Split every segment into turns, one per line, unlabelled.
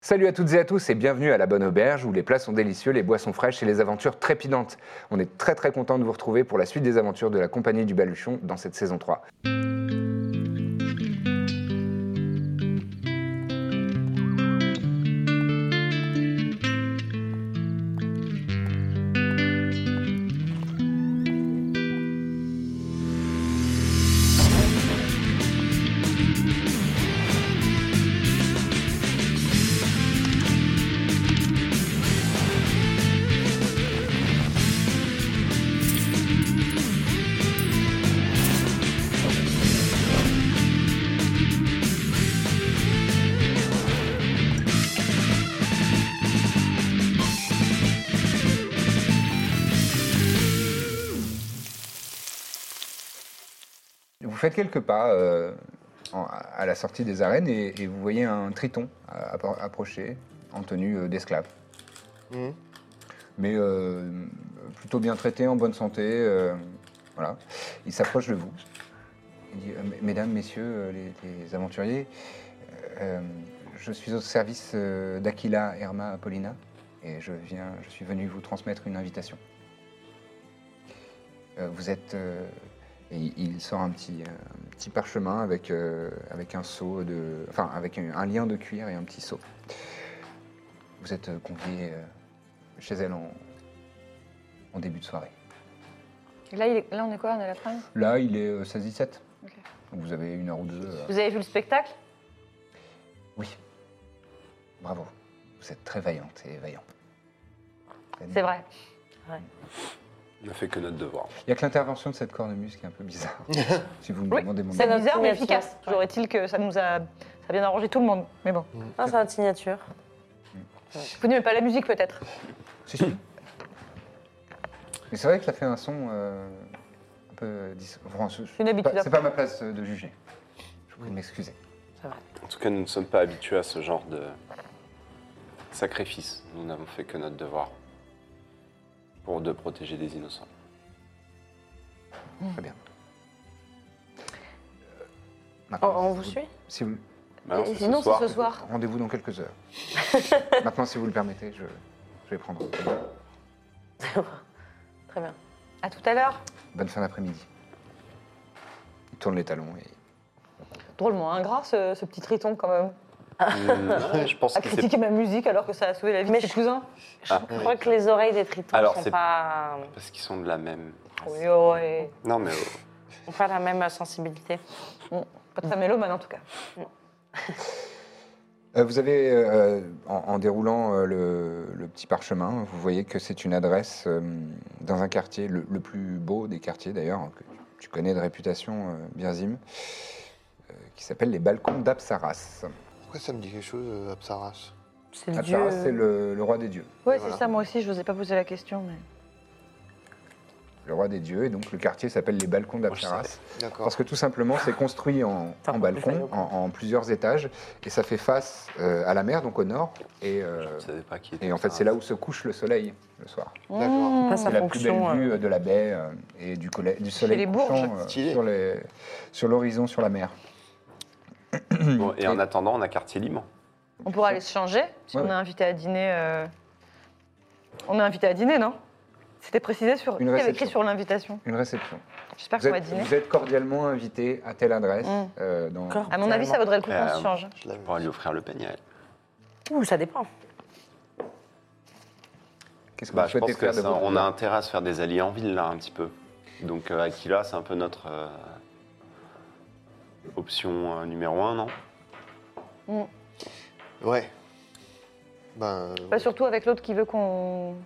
Salut à toutes et à tous et bienvenue à la Bonne Auberge où les plats sont délicieux, les boissons fraîches et les aventures trépidantes. On est très très content de vous retrouver pour la suite des aventures de la Compagnie du Baluchon dans cette saison 3. Vous faites quelques pas euh, en- à la sortie des arènes et, et vous voyez un triton à- appro- approcher en tenue euh, d'esclave.
Mhm.
Mais euh, plutôt bien traité, en bonne santé. euh, voilà. Il s'approche de vous. Il dit, euh, mes- Mesdames, messieurs, euh, les, les aventuriers, euh, je suis au service euh, d'Aquila Herma Apollina et je, viens, je suis venu vous transmettre une invitation. Euh, vous êtes euh, et il- il sort un petit, euh, un petit parchemin avec, euh, avec un seau de. Enfin, avec un, un lien de cuir et un petit seau. Vous êtes euh, conviés euh, chez elle en, en début de soirée.
Là, il est- là, on est quoi On est la fin
Là, il est euh, 16-17.
Ok.
Donc vous avez une heure ou deux. euh,
Vous avez vu le spectacle
Oui. Bravo. Vous êtes très vaillante et vaillant.
C'est vrai.
On a fait que notre devoir.
Il n'y a que l'intervention de cette cornemuse qui est un peu bizarre. si vous me
Oui,
demandez mon
C'est
C'est
avis.
notre
bizarre mais
signature.
efficace. Toujours est-il que ça nous a, ça a bien arrangé tout le monde. Mais bon,
Ah, c'est notre signature.
vous n'aimez pas la musique peut-être
Si, si. Mais c'est vrai que ça fait un son euh, un peu. dis- enfin, c'est- c'est
Inhabituel.
pas- C'est pas ma place euh, de juger. Je vous prie de m'excuser.
En tout cas, nous ne sommes pas habitués à ce genre de sacrifice. Nous n'avons fait que notre devoir pour de protéger des innocents.
Mm.
Très bien. Euh,
On,
maintenant,
Oh, on
si
vous suit
si vous-
Maintenant,
Et
c'est
sinon,
ce
c'est
soir.
ce soir.
Rendez-vous dans quelques heures. maintenant, si vous le permettez, je, je vais prendre.
Très bien.
À tout à l'heure.
Bonne fin d'après-midi. Il tourne les talons et.
Drôlement ingrat ce, ce petit triton quand même.
Mmh, ouais, je pense
A
que c'est
critiquer ma musique alors que ça a sauvé la vie de
Mais
ses
je-
cousins.
Je
Ah,
crois que les oreilles des tritons
Alors,
sont
c'est-
pas,
parce qu'ils sont de la même.
Oui, oh, ouais.
Non, mais euh,
ont pas la même sensibilité.
Pas très mélomane en tout cas.
Euh, vous avez, euh, en, en déroulant euh, le, le petit parchemin, vous voyez que c'est une adresse euh, dans un quartier, le, le plus beau des quartiers d'ailleurs, hein, que tu- tu connais de réputation, euh, Birzim, euh, qui s'appelle les Balcons d'Apsaras.
Pourquoi ça me dit quelque chose, euh, Apsaras
C'est euh, le dieu.
Apsaras, c'est le, le roi des dieux.
Ouais,
Voilà.
c'est ça. Moi aussi, je vous ai pas posé la question, mais
Le roi des dieux, et donc le quartier s'appelle les Balcons
je
d'Apsaras.
D'accord.
Parce que tout simplement, c'est construit en,
T'as
en
pas pu faire
balcon,
le
en, en plusieurs étages, et ça fait face euh, à la mer, donc au nord, et, euh,
je ne savais pas qui était
et en fait, c'est là où se couche le soleil le soir.
D'accord.
Mmh.
Pas sa
C'est la
fonction.
plus belle vue
euh,
euh, de la baie euh, et du, colla- du soleil
les
couchant,
Bourges.
euh,
Stylé.
sur les- sur l'horizon, sur, la mer.
Bon, et en attendant, on a quartier libre.
on pourra aller se changer si
Ouais,
on est
ouais.
invité à dîner. euh, On est invité à dîner, non C'était précisé sur.
Une
Il y avait
réception.
écrit sur l'invitation.
Une réception.
J'espère
Vous
qu'on va
êtes,
dîner.
vous êtes cordialement invité à telle adresse.
Mm.
euh, dans-
Encore.
À mon avis, ça vaudrait le coup qu'on se
Euh,
change.
Je l'avais.
On va lui offrir le peigne à elle.
Ouh, ça dépend.
Qu'est-ce que
Bah,
vous
je
souhaitez
pense que
faire de
ça-
votre
on a
vie
intérêt à se faire des alliés en ville là un petit peu. Donc euh, Aquila, c'est un peu notre euh, option euh, numéro un, non
Ouais. Ben, euh,
Pas surtout avec l'autre qui veut qu'on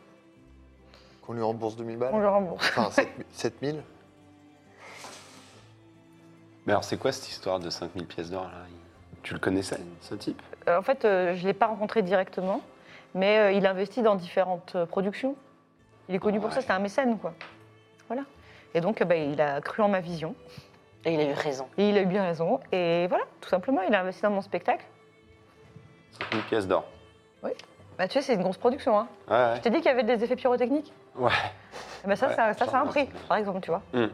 qu'on lui rembourse 2000
qu'on
balles
le rembourse.
Enfin, 7000
Mais alors c'est quoi cette histoire de 5000 pièces d'or là Il- Tu le connaissais, ce type
Euh, En fait, euh, je ne l'ai pas rencontré directement, mais euh, il investit dans différentes euh, productions. Il est connu pour
Ouais.
ça, c'était un mécène, quoi. Voilà. Et donc, euh, bah, il a cru en ma vision,
Et il a eu raison.
et il a eu bien raison, et voilà, tout simplement, il a investi dans mon spectacle.
5000 pièces d'or.
Bah, tu sais, c'est une grosse production, hein.
Ouais, ouais.
Je t'ai dit qu'il y avait des effets pyrotechniques
Ouais.
Eh ben ça,
Ouais,
ça, ça,
j'en
c'est un
ai
prix,
entendu.
par exemple, tu vois.
Hum.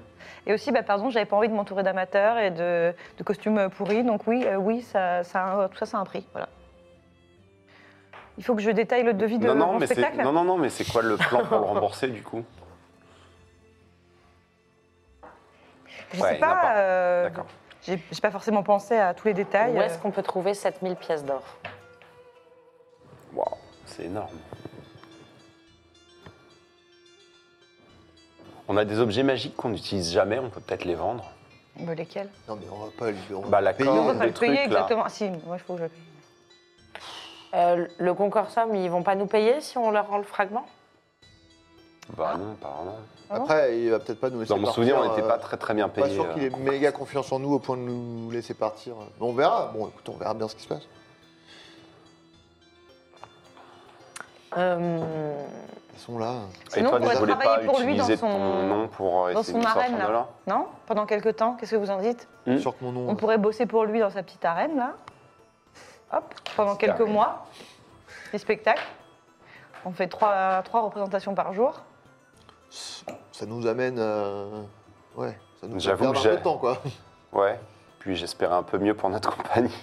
Et aussi, bah, pardon, j'avais pas envie de m'entourer d'amateurs et de, de costumes pourris, donc oui, euh, oui, ça, ça a un- tout ça, c'est un prix, voilà. Il faut que je détaille le devis de
Non, non,
mon
mais c'est...
spectacle
non, non, non, mais c'est quoi le plan pour le rembourser du coup
Je
Ouais,
sais
il y en a
pas,
pas.
euh,
D'accord.
j'ai j'ai pas forcément pensé à tous les détails.
Où est-ce
euh.
qu'on peut trouver 7000 pièces d'or
Waouh, c'est énorme. On a des objets magiques qu'on n'utilise jamais, on peut peut-être les vendre.
Mais lesquels
Non, mais on va pas lui. on va
Bah, la
payer.
On
corde.
va pas
des
le payer
trucs, là.
exactement. Ah, Si, moi, il faut que je le paye.
Euh, Le concorsum, ils vont pas nous payer si on leur rend le fragment
Bah non, apparemment.
Ah bon
Après, il va peut-être pas nous laisser
Dans mon
partir,
souvenir, on n'était
euh,
pas très très bien payés.
Pas sûr
euh.
qu'il ait méga confiance en nous au point de nous laisser partir. Mais on verra. Bon, écoute, on verra bien ce qui se passe.
Euh,
Ils sont là.
Et
Sinon,
toi,
on pourrait
tu voulais pas
travailler pour lui dans
utiliser
son-
ton nom pour euh,
dans
essayer
son
de nous sortir
arène, là.
de là
Non Pendant quelques temps, qu'est-ce que vous en dites
Hmm.
Sûr que mon nom.
On pourrait bosser pour lui dans sa petite arène, là. Hop, pendant
Petite
quelques
arène.
mois. Des spectacles. On fait trois, trois représentations par jour.
Ça nous amène. euh, Ouais. Ça nous fait
J'avoue
perdre
que
un peu
j'ai-
de temps, quoi.
Ouais. Puis j'espérais un peu mieux pour notre compagnie.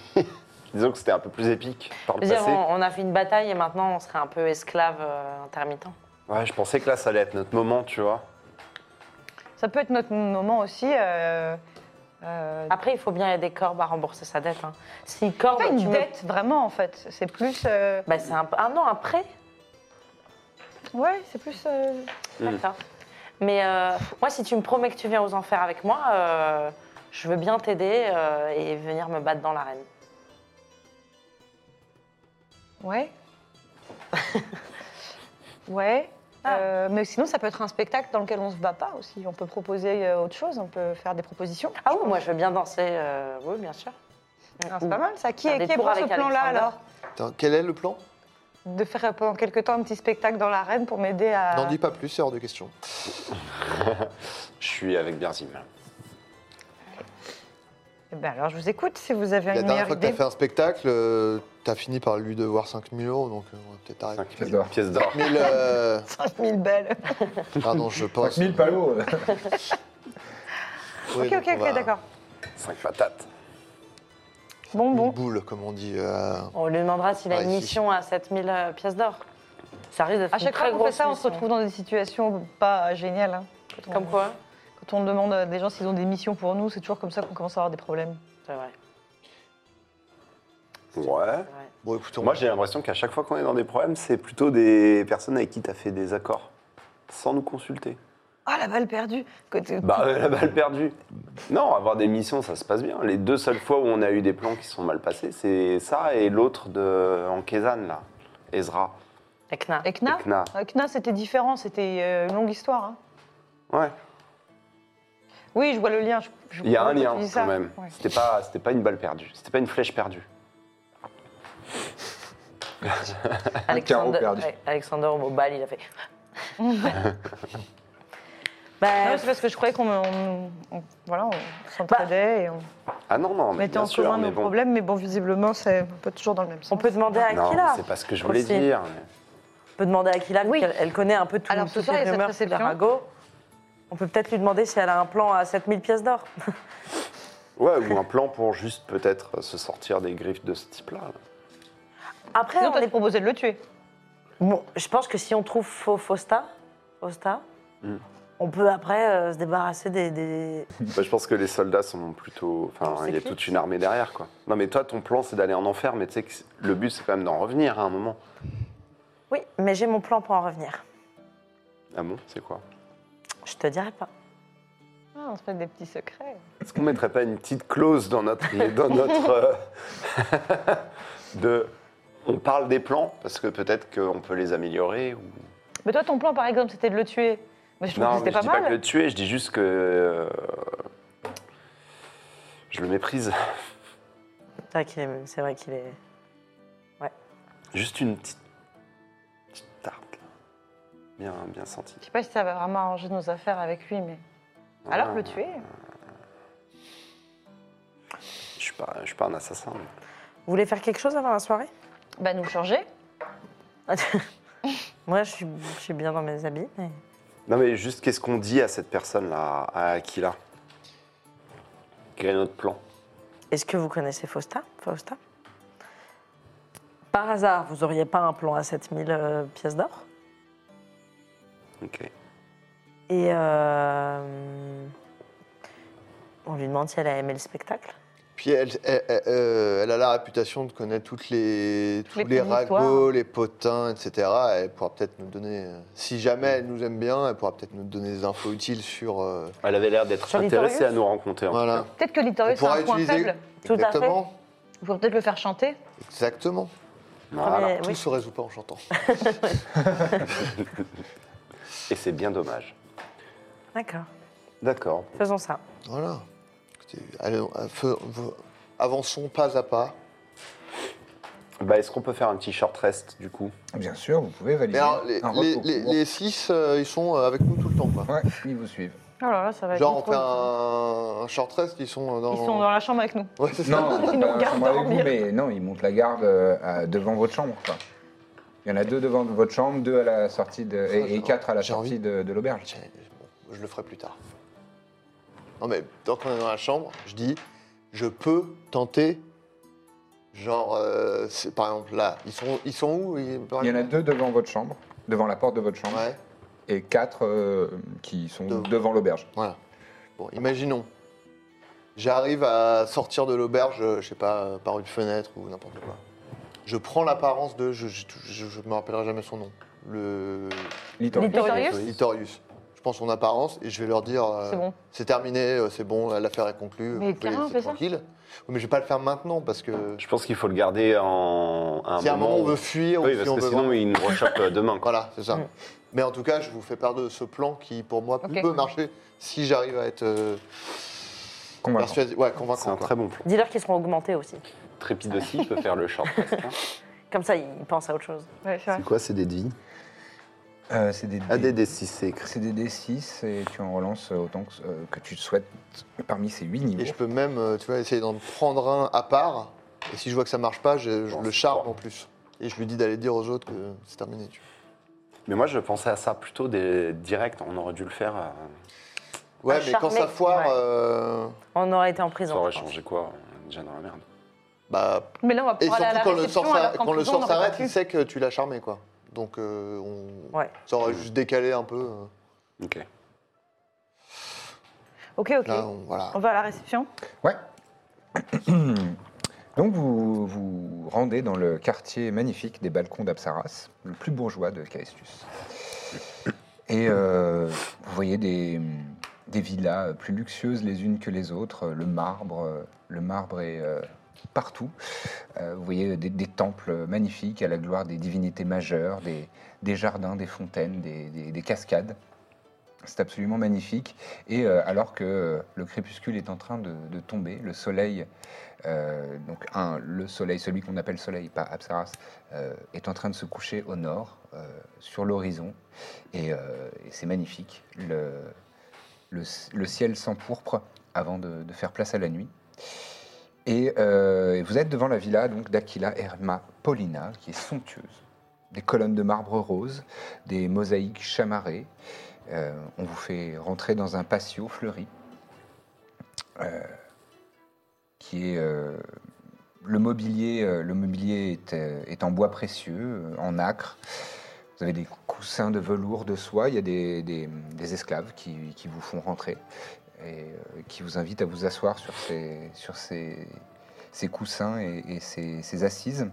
Disons que c'était un peu plus épique par
je
le
veux dire,
passé.
on, on a fait une bataille et maintenant on serait un peu esclave euh, intermittent.
Ouais, je pensais que là, ça allait être notre moment, tu vois.
Ça peut être notre moment aussi. euh, euh,
Après, il faut bien aider Corbe à rembourser sa dette. hein. Si Corbe,
pas
tu
une
me-
dette, vraiment, en fait. C'est plus. euh,
Bah, c'est un, un an après.
ouais, c'est plus. euh,
Mm.
D'accord. Mais euh, moi, si tu me promets que tu viens aux enfers avec moi, euh, je veux bien t'aider euh, et venir me battre dans l'arène.
Ouais. ouais.
Ah.
Euh, mais sinon, ça peut être un spectacle dans lequel on se bat pas aussi. On peut proposer euh, autre chose, on peut faire des propositions.
Ah oui, moi, je veux bien danser. euh, oui, bien sûr.
Ah, c'est pas mal ça. Qui
Faire
est,
des
qui est
tours
pour ce
avec
plan-là
Alexander.
alors
Attends, quel est le plan
De faire euh, pendant quelques temps un petit spectacle dans l'arène pour m'aider à.
N'en dis pas plus, c'est hors de question.
Je suis avec Berzim.
Eh ben alors, je vous écoute si vous avez
La
une
dernière
meilleure
fois que t'as
idée.
fait un spectacle, euh, t'as fini par lui devoir 5000 euros, donc euh, on va peut-être arrêter.
5
Pièces d'or.
pièces d'or.
5000. euh,
5000 balles.
Pardon, je pense.
5000 palos
Oui,
ok, ok,
donc on
ok,
va-
d'accord.
5 patates.
Bon,
Une
bon.
boule, comme on dit. euh,
On lui demandera s'il a
Ouais,
une
si.
mission à 7000 euh, pièces d'or. Ça risque d'être
À
une
chaque
très
fois qu'on fait
grosse
ça, on se
mission.
retrouve dans des situations pas euh, géniales. hein. Quand on-
Comme quoi
Quand on demande à des gens s'ils ont des missions pour nous, c'est toujours comme ça qu'on commence à avoir des problèmes.
C'est vrai,
Ouais.
c'est vrai.
Bon, écoute, on-
Moi, j'ai l'impression qu'à chaque fois qu'on est dans des problèmes, c'est plutôt des personnes avec qui tu as fait des accords, sans nous consulter.
Ah, la balle perdue Que t-
Bah, euh, la balle perdue. Non, avoir des missions, ça se passe bien. Les deux seules fois où on a eu des plans qui sont mal passés, c'est ça et l'autre de en Kézan, là. Ezra.
Et Kna.
Et Kna
Ekna.
Euh, Kna, c'était différent, c'était euh, une longue histoire. hein.
Ouais.
Oui, je vois le lien. je- je
Il y a
comprends
un
quand
lien
bah, tu dis ça.
quand même.
Ouais.
C'était pas, c'était pas une balle perdue. C'était pas une flèche perdue.
carreau perdu.
ouais, Alexander au bal, il a fait.
Non,
bah,
mais c'est parce que je croyais qu'on on- on- voilà, on s'entraidait et on
Ah non, non, mais
mettait
bien
en
sûr,
commun
mais
nos
bon.
problèmes, mais bon, visiblement, c'est un peu toujours dans le même sens.
on peut demander à
Non, mais
Akila.
c'est pas ce que je voulais
Aussi.
dire. mais-
On peut demander à Akila,
Oui.
elle, elle connaît un peu tout,
Alors, ce
toutes
soir, il y
les
a cette
rumeurs sur
réception.
Arago. On peut peut-être lui demander si elle a un plan à 7000 pièces d'or.
Ouais, ou un plan pour juste peut-être se sortir des griffes de ce type-là. là.
Après,
Sinon,
on
t'as
est-
proposé de le tuer.
bon, je pense que si on trouve Fo- Fausta, Fausta,
Mm.
on peut après euh, se débarrasser des... des-
Bah, je pense que les soldats sont plutôt. Enfin, il y a
s'éclipse.
toute une armée derrière, quoi. Non, mais toi, ton plan, c'est d'aller en enfer, mais tu sais que c'est- le but, c'est quand même d'en revenir hein, à un moment.
Oui, mais j'ai mon plan pour en revenir.
Ah bon C'est quoi
Je te dirai pas.
Ah, on se met des petits secrets.
Est-ce qu'on mettrait pas une petite clause dans notre. dans notre euh, de. On parle des plans, parce que peut-être qu'on peut les améliorer. Ou...
Mais toi, ton plan, par exemple, c'était de le tuer. Mais je trouve que
Non, mais
c'était
je
pas
dis
mal.
pas que le tuer, je dis juste que. euh, je le méprise.
C'est vrai qu'il est. C'est vrai qu'il est.
Juste une petite, petite tarte, là. Bien, bien sentie.
Je sais pas si ça va vraiment arranger nos affaires avec lui, mais. Alors,
Ah,
le tuer
Je suis pas, je suis pas un assassin. mais-
Vous voulez faire quelque chose avant la soirée
Bah, nous changer.
Moi, je suis, je suis bien dans mes habits. Mais...
Non, mais juste, qu'est-ce qu'on dit à cette personne-là, à Aquila Quel est notre plan
Est-ce que vous connaissez Fausta Fausta Par hasard, vous auriez pas un plan à 7000 euh, pièces d'or
Ok.
Et euh, on lui demande si elle a aimé le spectacle.
Puis elle, elle- elle- euh, elle a la réputation de connaître toutes les, tous
les
les,
petites
ragots,
histoires.
les potins, etc. Elle pourra peut-être nous donner, euh, si jamais elle nous aime bien, elle pourra peut-être nous donner des infos utiles sur. euh,
Elle avait l'air d'être
Sur
intéressée
Litorius
à nous rencontrer. en
voilà.
tout
Peut-être que l'Itorius a un point faible.
Tout à fait.
exactement.
Il faut peut-être le faire chanter.
Exactement.
cas. Voilà.
Eh
Premier-
Tout
oui.
se résout pas en chantant.
Et c'est bien dommage.
D'accord,
D'accord.
faisons ça.
Voilà. Écoutez, allons, euh, fais- v- avançons pas à pas.
Bah, est-ce qu'on peut faire un petit short rest du coup
Bien sûr, vous pouvez
Mais
valider.
alors, les,
un
les-
repos
les-
court.
les six, euh, ils sont euh, avec nous tout le temps. Quoi.
Ouais, ils vous suivent.
Oh là là, ça va être.
Genre, on
trop-
fait un, un short rest, ils sont euh, dans.
Ils sont dans la chambre avec nous.
Ouais, c'est ça.
Non, ils
Ils nous
sont
regardent
avec vous,
dormir.
mais non, ils montent la garde euh, à- devant votre chambre. quoi. Il y en a deux devant votre chambre, deux à la sortie de,
Ça,
et, et
j'ai-
quatre à la
j'ai
sortie
envie.
de, de l'auberge.
Tiens, bon, je le ferai plus tard. Non mais tant qu'on est dans la chambre, je dis, je peux tenter. Genre, euh, c'est- par exemple là, ils sont, ils sont où ils- par
Il y en a
exemple
deux devant votre chambre, devant la porte de votre chambre,
Ouais,
et quatre euh, qui sont
Devant.
devant l'auberge.
voilà. Bon, imaginons, j'arrive à sortir de l'auberge, euh, je sais pas, euh, par une fenêtre ou n'importe quoi. Je prends l'apparence de, je, je, je- je me rappellerai jamais son nom, le
Littoral.
Litorius
Litorius. Je prends son apparence et je vais leur dire. euh,
C'est bon.
C'est terminé, euh, c'est bon, l'affaire est conclue,
Mais
vous pouvez
carrément, on
c'est
fait ça.
tranquille. Oui, mais je vais pas le faire maintenant parce que
Je pense qu'il faut le garder en un
si à un moment on veut fuir
Ah, Oui,
ou si
parce
on
que
veut.
sinon
voir-
il nous rechoppe euh, demain. Quoi.
Voilà, c'est ça.
Mm.
Mais en tout cas, je vous fais part de ce plan qui, pour moi,
Ok.
peut marcher si j'arrive à être euh,
Convaincant.
persuadé, ouais,
C'est
convaincant.
un
quoi.
très bon plan.
Dis-leur qu'ils seront augmentés aussi.
Trépide aussi, je peux faire le short rest. hein.
Comme ça, ils pensent à autre chose.
Ouais, c'est vrai.
quoi ces dédits
Euh, c'est des,
Ah, des D6, c'est écrit.
c'est des D6 et tu en relances autant que, euh, que tu te souhaites parmi ces huit niveaux.
Et je peux même, euh, tu vois, essayer d'en prendre un à part. Et si je vois que ça marche pas, je, je
Bon,
le
c'est
charme
fort.
en plus. Et je lui dis d'aller dire aux autres que c'est terminé. Tu vois.
Mais moi, je pensais à ça plutôt des directs. On aurait dû le faire. euh,
Ouais,
Un
Ah,
mais quand
charmer,
ça foire,
ouais.
euh,
On aurait été en
Ça
prison.
aurait
je pense.
changé quoi On est déjà dans la merde.
bah
Mais Oh là, on va
Et
pouvoir aller à la
surtout, quand le
réception
sort, s'a-
alors qu'en
quand le
prison,
sort
on n'aurait pas
s'arrête,
pu.
il sait que tu l'as charmé, quoi. Donc, euh, on...
Ouais.
ça aurait juste décalé un peu. euh,
Ok.
Ok, ok.
Là, on- voilà.
On va à la réception.
Ouais. Donc vous vous rendez dans le quartier magnifique des balcons d'Apsaras, le plus bourgeois de Caestus. Et euh, vous voyez des, des villas plus luxueuses les unes que les autres. Le marbre, le marbre est euh, partout. Euh, vous voyez des, des temples magnifiques à la gloire des divinités majeures, des, des jardins, des fontaines, des- des- des cascades. C'est absolument magnifique. Et euh, alors que euh, le crépuscule est en train de, de tomber, le soleil, euh, donc un, le soleil, celui qu'on appelle soleil, pas Absaras, euh, est en train de se coucher au nord, euh, sur l'horizon. Et, euh, et c'est magnifique. Le, le, le ciel s'empourpre avant de, de faire place à la nuit. Et euh, vous êtes devant la villa donc d'Aquila Herma Paulina, qui est somptueuse. Des colonnes de marbre rose, des mosaïques chamarrées, euh, on vous fait rentrer dans un patio fleuri euh, qui est euh, le mobilier. euh, le mobilier est, euh, est en bois précieux, euh, en acre. Vous avez des coussins de velours de soie. Il y a des, des- des esclaves qui, qui vous font rentrer et euh, qui vous invitent à vous asseoir sur ces, sur ces, ces coussins et, et ces- ces assises.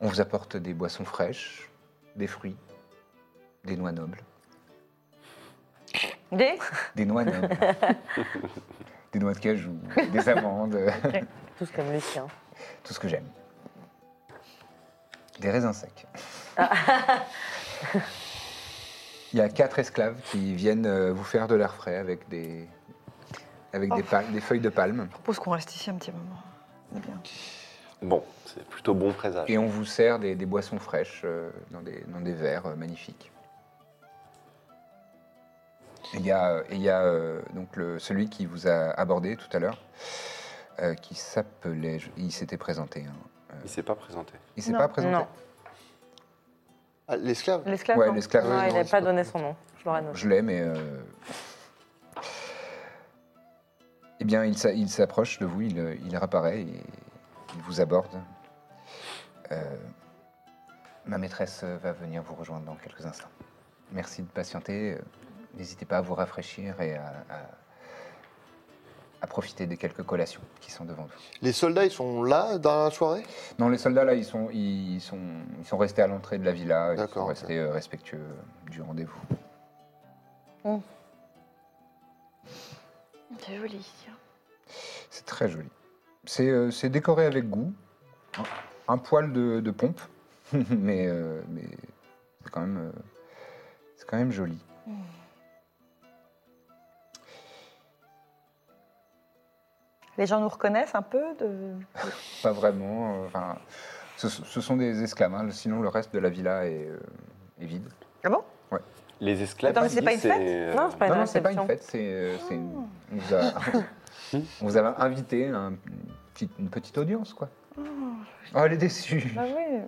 On vous apporte des boissons fraîches, des fruits, des noix nobles.
Des
Des noix nobles. des noix de cajou, des amandes, euh,
Tous comme Lucien.
tout ce que j'aime. Des raisins secs. Il y a quatre esclaves qui viennent euh, vous faire de l'air frais avec des, avec des, pal- des feuilles de palme.
propose qu'on reste ici un petit moment.
Bon, c'est plutôt bon présage.
Et on vous sert des, des boissons fraîches euh, dans, des, dans des verres euh, magnifiques. Il y a, euh, et il y a euh, donc le, celui qui vous a abordé tout à l'heure, euh, qui s'appelait. je- Il s'était présenté. hein.
Mm.
Il s'est pas présenté.
Il s'est
Non,
pas présenté.
non.
Ah, L'esclave
L'esclave.
Ouais,
non.
l'esclave.
Non,
oui,
il
non,
n'a
c'est
pas
pas-
donné son nom. Je l'aurais noté.
Je l'ai, mais. euh, Eh bien, il s'a- il s'approche de vous, il, euh, il réapparaît et il vous aborde. Euh, Ma maîtresse va venir vous rejoindre dans quelques instants. Merci de patienter. euh, N'hésitez pas à vous rafraîchir et à, à- à profiter des quelques collations qui sont devant vous.
Les soldats, ils sont là dans la soirée
Non, les soldats, là, ils sont, ils sont, ils sont restés à l'entrée de la villa. Ils
D'accord,
sont
ok.
restés euh, respectueux du rendez-vous.
C'est joli ici. hein.
C'est très joli. C'est euh, c'est décoré avec goût. Un, un poil de, de pompe. mais euh, mais c'est quand, même, euh, c'est quand même joli.
Les gens nous reconnaissent un peu de...
Pas vraiment. euh, enfin, ce, ce sont des esclaves. hein. Sinon, le reste de la villa est, euh, est vide.
Ah bon
Les esclaves.
Attends, mais c'est pas une fête
euh,
Non, c'est pas une
non, non, c'est pas une
réception.
fête. C'est euh, c'est une- on, vous a, on vous a invité à un petit- une petite audience, quoi. Oh, elle est déçue.
Ah oui.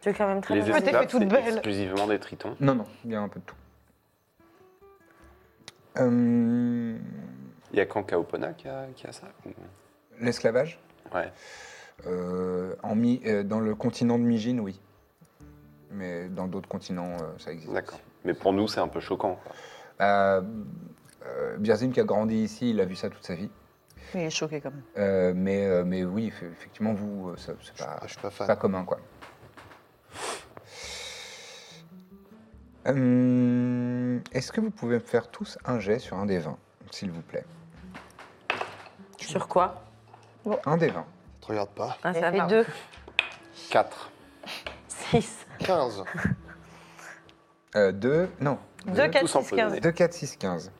Tu es quand même très
Les
bien.
t'es fait
esclaves,
toute
c'est
belle.
exclusivement des tritons.
Non, non, il y a un peu de tout. Euh,
Il y a qu'en Kaopona qui a, qui a ça ou-
L'esclavage
Ouais.
Euh, en Mi- euh, Dans le continent de Mygine, oui. Mais dans d'autres continents, euh, ça existe.
D'accord. Mais pour nous, c'est un peu choquant. quoi.
Euh, euh, Birzim, qui a grandi ici, il a vu ça toute sa vie.
Il est choqué quand même.
Euh, mais, euh, mais oui, eff- effectivement, vous, euh, ça- c'est
Je-
pas,
Ah, Je suis pas
pas
fan.
commun, quoi. Hum, Est-ce que vous pouvez me faire tous un jet sur un des vins, s'il vous plaît
Sur quoi
Un des vins.
Je te regarde pas.
ah,
Ça
ça
fait
va.
deux.
4.
6.
15.
Euh, deux, non,
Deux,
êtes
quatre,
tous un
six,
peu
quinze.
donnés.
2, 4, 6, 15.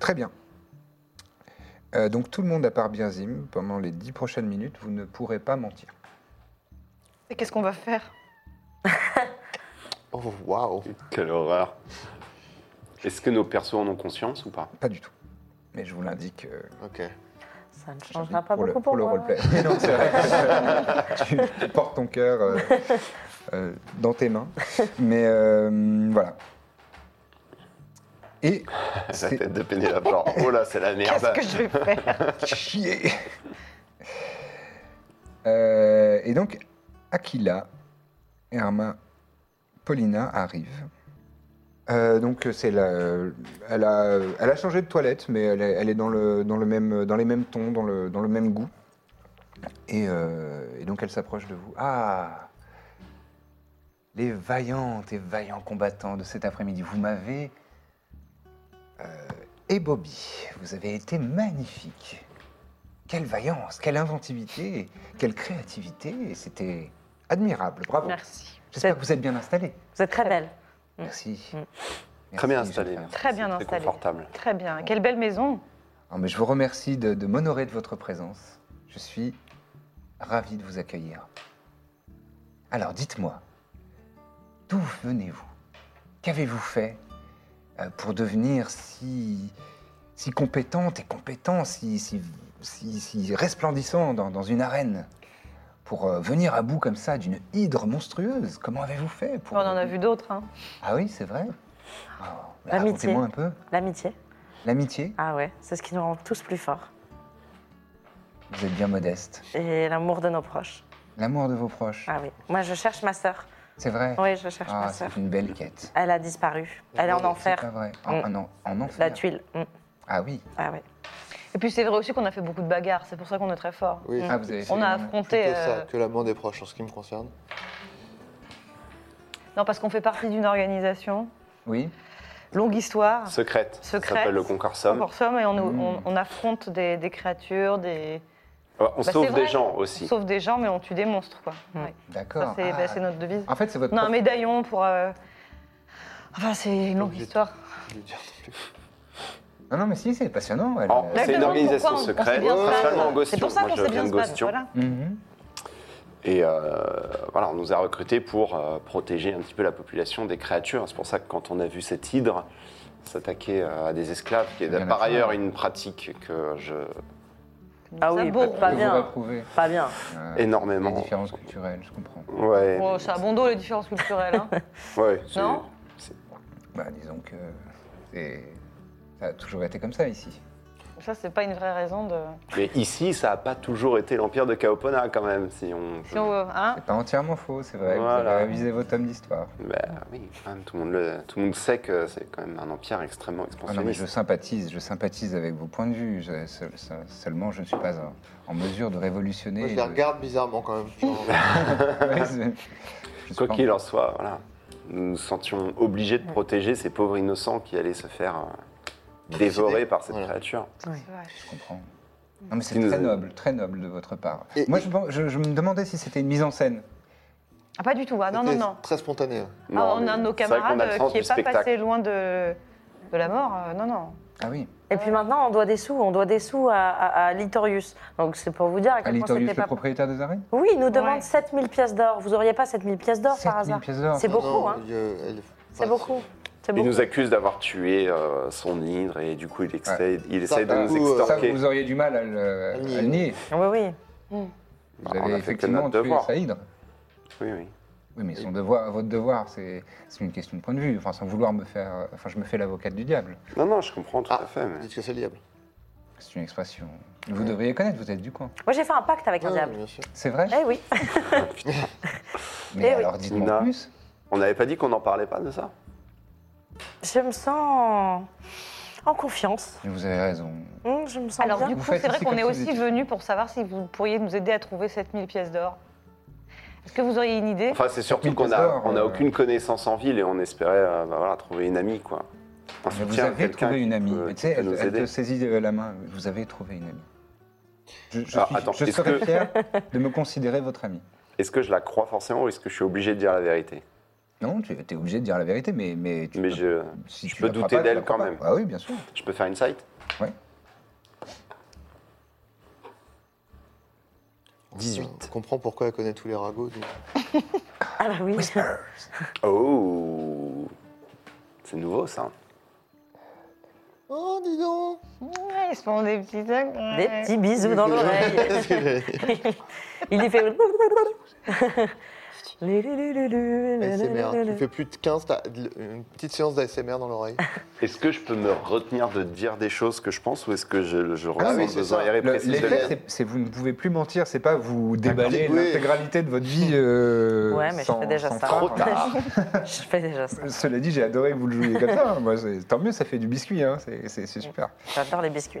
Très bien. Euh, donc tout le monde à part Birzim, pendant les 10 prochaines minutes, vous ne pourrez pas mentir.
Et qu'est-ce qu'on va faire
Oh, waouh.
Quelle horreur. Est-ce que nos persos en ont conscience ou pas
Pas du tout. Mais je vous l'indique. euh,
Ok.
Ça ne changera pas
pour
beaucoup
le,
pour,
le
moi.
roleplay. Non, c'est vrai. tu, tu portes ton cœur euh, euh, dans tes mains. Mais euh, voilà. Et
La
c'est
tête de Pénélope, genre, oh là, c'est la merde.
Qu'est-ce que je vais faire
chier. Euh, et donc, Aquila et Arma Paulina arrivent. Euh, donc c'est la, elle a, elle a changé de toilette, mais elle est, elle est dans le, dans le même, dans les mêmes tons, dans le, dans le même goût. Et, euh, et donc elle s'approche de vous. Ah, les vaillantes et vaillants combattants de cet après-midi, vous m'avez et Bobby, vous avez été magnifique. Quelle vaillance, quelle inventivité, quelle créativité. C'était admirable, bravo.
Merci.
J'espère que vous êtes bien installé.
Vous êtes très belle.
Merci.
Mm.
Très bien
Merci,
installé.
Jean-Pierre.
Très bien
C'est
installé.
confortable.
Très bien. Quelle belle maison.
Ah, mais je vous remercie de, de m'honorer de votre présence. Je suis ravi de vous accueillir. Alors, dites-moi, d'où venez-vous Qu'avez-vous fait euh, pour devenir si, si compétente et compétent, si, si, si, si resplendissant dans, dans une arène Pour euh, venir à bout comme ça d'une hydre monstrueuse Comment avez-vous fait
On
pour...
en a vu d'autres. hein.
Ah oui, c'est vrai Oh,
L'amitié.
Racontez-moi un peu.
L'amitié.
L'amitié
Ah ouais, c'est ce qui nous rend tous plus forts.
Vous êtes bien modeste.
Et l'amour de nos proches.
L'amour de vos proches.
Ah oui. Moi, je cherche ma sœur.
C'est vrai
Oui, je cherche
Ah,
ma
c'est
sœur.
une belle quête.
Elle a disparu. Elle est en
bah, C'est pas
enfer.
vrai. En,
Mm.
en, en- en enfer.
La tuile. Mm.
Ah oui.
Ah ouais.
Et puis c'est vrai aussi qu'on a fait beaucoup de bagarres. C'est pour ça qu'on est très fort.
Oui,
Ah, vous avez fait
On a
une-
affronté.
plutôt
Mm. euh,
ça que la mort des proches en ce qui me concerne.
Non, parce qu'on fait partie d'une organisation.
Oui.
Longue histoire.
Secrète. Ça
Ah. Secrète. Ah
s'appelle le Concorsum.
Encore somme, et on, nous-
Mm.
on- on affronte des, des créatures, des.
Euh, On
Bah,
sauve
c'est
des
vrai.
gens
On
aussi.
sauve des gens, mais on tue des monstres, quoi.
Mm.
Ouais. Ça,
D'accord.
c'est
Ah.
bah, c'est notre devise.
En fait, c'est votre.
On a un médaillon pour. euh, Enfin, c'est une longue
Obligé.
histoire.
Je vais le dire non plus.
prof- Non, non, mais si, c'est passionnant. elle,
Alors,
euh,
Mais
Oh, c'est une
pourquoi
organisation
on- on s'est bien
secrète,
se battre
principalement en
C'est
Gostion.
pour ça
Moi,
qu'on
je
sait bien
viens
se
de
battre.
Gostion.
Voilà.
mhm.
Et euh, voilà, on nous a recrutés pour euh, protéger un petit peu la population des créatures. C'est pour ça que quand on a vu cette hydre s'attaquer euh, à des esclaves, qui est
Bien
par
naturel.
ailleurs une pratique que je
Ah oui,
Sabot.
pas
Que vous
bien.
approuvez,
Pas bien.
euh, les
énormément.
différences culturelles, je comprends.
Ouais,
Oh, ça a bon dos les différences culturelles. hein.
ouais, c'est-
Non
Bah, disons que c'est- ça a toujours été comme ça ici.
ça, c'est pas une vraie raison de.
Mais ici, ça n'a pas toujours été l'empire de Kaopona quand même, si on.
Si on veut, hein
C'est pas entièrement faux, c'est vrai. Vous
Voilà.
avez révisé vos tomes d'histoire.
Bah oui, quand même, tout le monde, le- tout le monde sait que c'est quand même un empire extrêmement
Ah non, mais je
expansionniste.
sympathise, je sympathise avec vos points de vue. Je- seul- seul- seulement, je ne suis pas en, en mesure de révolutionner.
Moi, je Ah les
le-
regarde bizarrement quand même. Genre,
Ouais, c'est- je suis
Quoi
pas en-
qu'il en soit, voilà, nous nous sentions obligés de protéger ces pauvres innocents qui allaient se faire euh, dévorer par cette
Voilà.
créature.
Ah,
Je comprends. Non, mais c'est
Qui nous
très
a-
noble, très noble de votre part.
Et-
Moi, je, pense- je- je me demandais si c'était une mise en scène.
Ah, pas du tout. Ah, non, non,
c'était
non.
Très spontané. hein.
Ah, on
mais
a un de nos
c'est vrai qu'on a
camarades euh,
le sens
qui
du
est pas
spectacle.
passé loin de, de la mort. euh, non, non.
Ah oui,
Et puis maintenant, on doit des sous, on doit des sous à, à- à Litorius. Donc c'est pour vous dire à quel point
Alitorius,
c'était
le
pas.
propriétaire des arènes
Oui, il nous demande
Ouais.
7000 pièces d'or. Vous auriez pas 7000 pièces d'or par
7000
hasard
pièces d'or.
C'est
Non,
beaucoup,
non,
hein.
il y a- elle-
C'est
enfin,
beaucoup. C'est
Il
beaucoup.
nous accuse d'avoir tué euh, son hydre et du coup il, essaie, il
Ça,
essaie de nous
ou, euh,
Ça,
extorquer.
vous auriez du mal à le,
À le
à le nier.
Oui, Ah oui.
Vous
Bah, on a fait
avez
que
effectivement
notre
tué
devoir.
Saïdre.
Oui, oui.
Oui, mais son devoir, votre devoir, c'est c'est une question de point de vue. Enfin, sans vouloir me faire. Enfin, je me fais l'avocate du diable.
Non, non, je comprends tout
Ah.
à fait. Mais...
Dites que c'est le diable.
C'est une expression. Vous devriez connaître, vous êtes du coin.
Moi, j'ai fait un pacte avec un
Ouais,
diable.
bien sûr.
C'est vrai
Eh oui.
Mais
eh oui.
alors, dites-moi
Nina.
plus.
On n'avait pas dit qu'on n'en parlait pas de ça
Je me sens en confiance.
Mais Vous avez raison.
Hum, Je me sens
Alors,
bien.
du
Vous
coup,
faites
c'est vrai
ici
qu'on
comme
est
si
aussi
vous étiez-
venu pour savoir si vous pourriez nous aider à trouver 7000 pièces d'or. Est-ce que vous auriez une idée
Enfin, c'est surtout
Mille
qu'on
pièces
n'a
d'or,
on n'a
euh.
aucune connaissance en ville et on espérait euh, bah, voilà, trouver une amie, quoi. Un
Mais vous
soutien,
avez
quelqu'un
trouvé
qui
une amie.
peut-
Mais tu
qui
sais,
peut
elle,
nous
elle
aider.
te saisit de la main. Vous avez trouvé une amie. Je, je
Ah,
suis-
attends,
je
est-ce
serais
que-
fier de me considérer votre ami.
Est-ce que je la crois forcément ou est-ce que je suis obligé de dire la vérité
Non, tu es obligé de dire la vérité, mais, mais tu
Mais
peux-
je,
si
je
tu
peux
la crois
douter
pas, tu la
d'elle
crois
quand
pas.
même.
Ah oui, bien sûr.
Je peux faire une site
Ouais.
18.
On comprend pourquoi elle connaît tous les ragots. donc.
Ah bah oui.
Oh C'est nouveau ça.
Oh, dis donc
Ouais, Ils se font des petits...
Des petits bisous dans l'oreille. Il y fait.
ASMR. Eh, Tu fais plus de 15, t'as une petite séance d'ASMR dans l'oreille.
Est-ce que je peux me retenir de dire des choses que je pense ou est-ce que je, je ressens
oui,
le
c'est
besoin
ça.
Le-
irrépressible de
L'effet,
dire
c'est- c'est vous ne pouvez plus mentir, c'est pas
Ah,
vous déballer
Oui.
l'intégralité de votre vie. euh,
Ouais, mais je
sans-
fais déjà
sans
ça.
phare.
Trop tard.
Je fais déjà ça.
Cela dit, j'ai adoré que vous le jouiez comme ça. hein. Moi, c'est- tant mieux, ça fait du biscuit, hein. c'est c'est-
Mm.
c'est super.
J'adore les biscuits.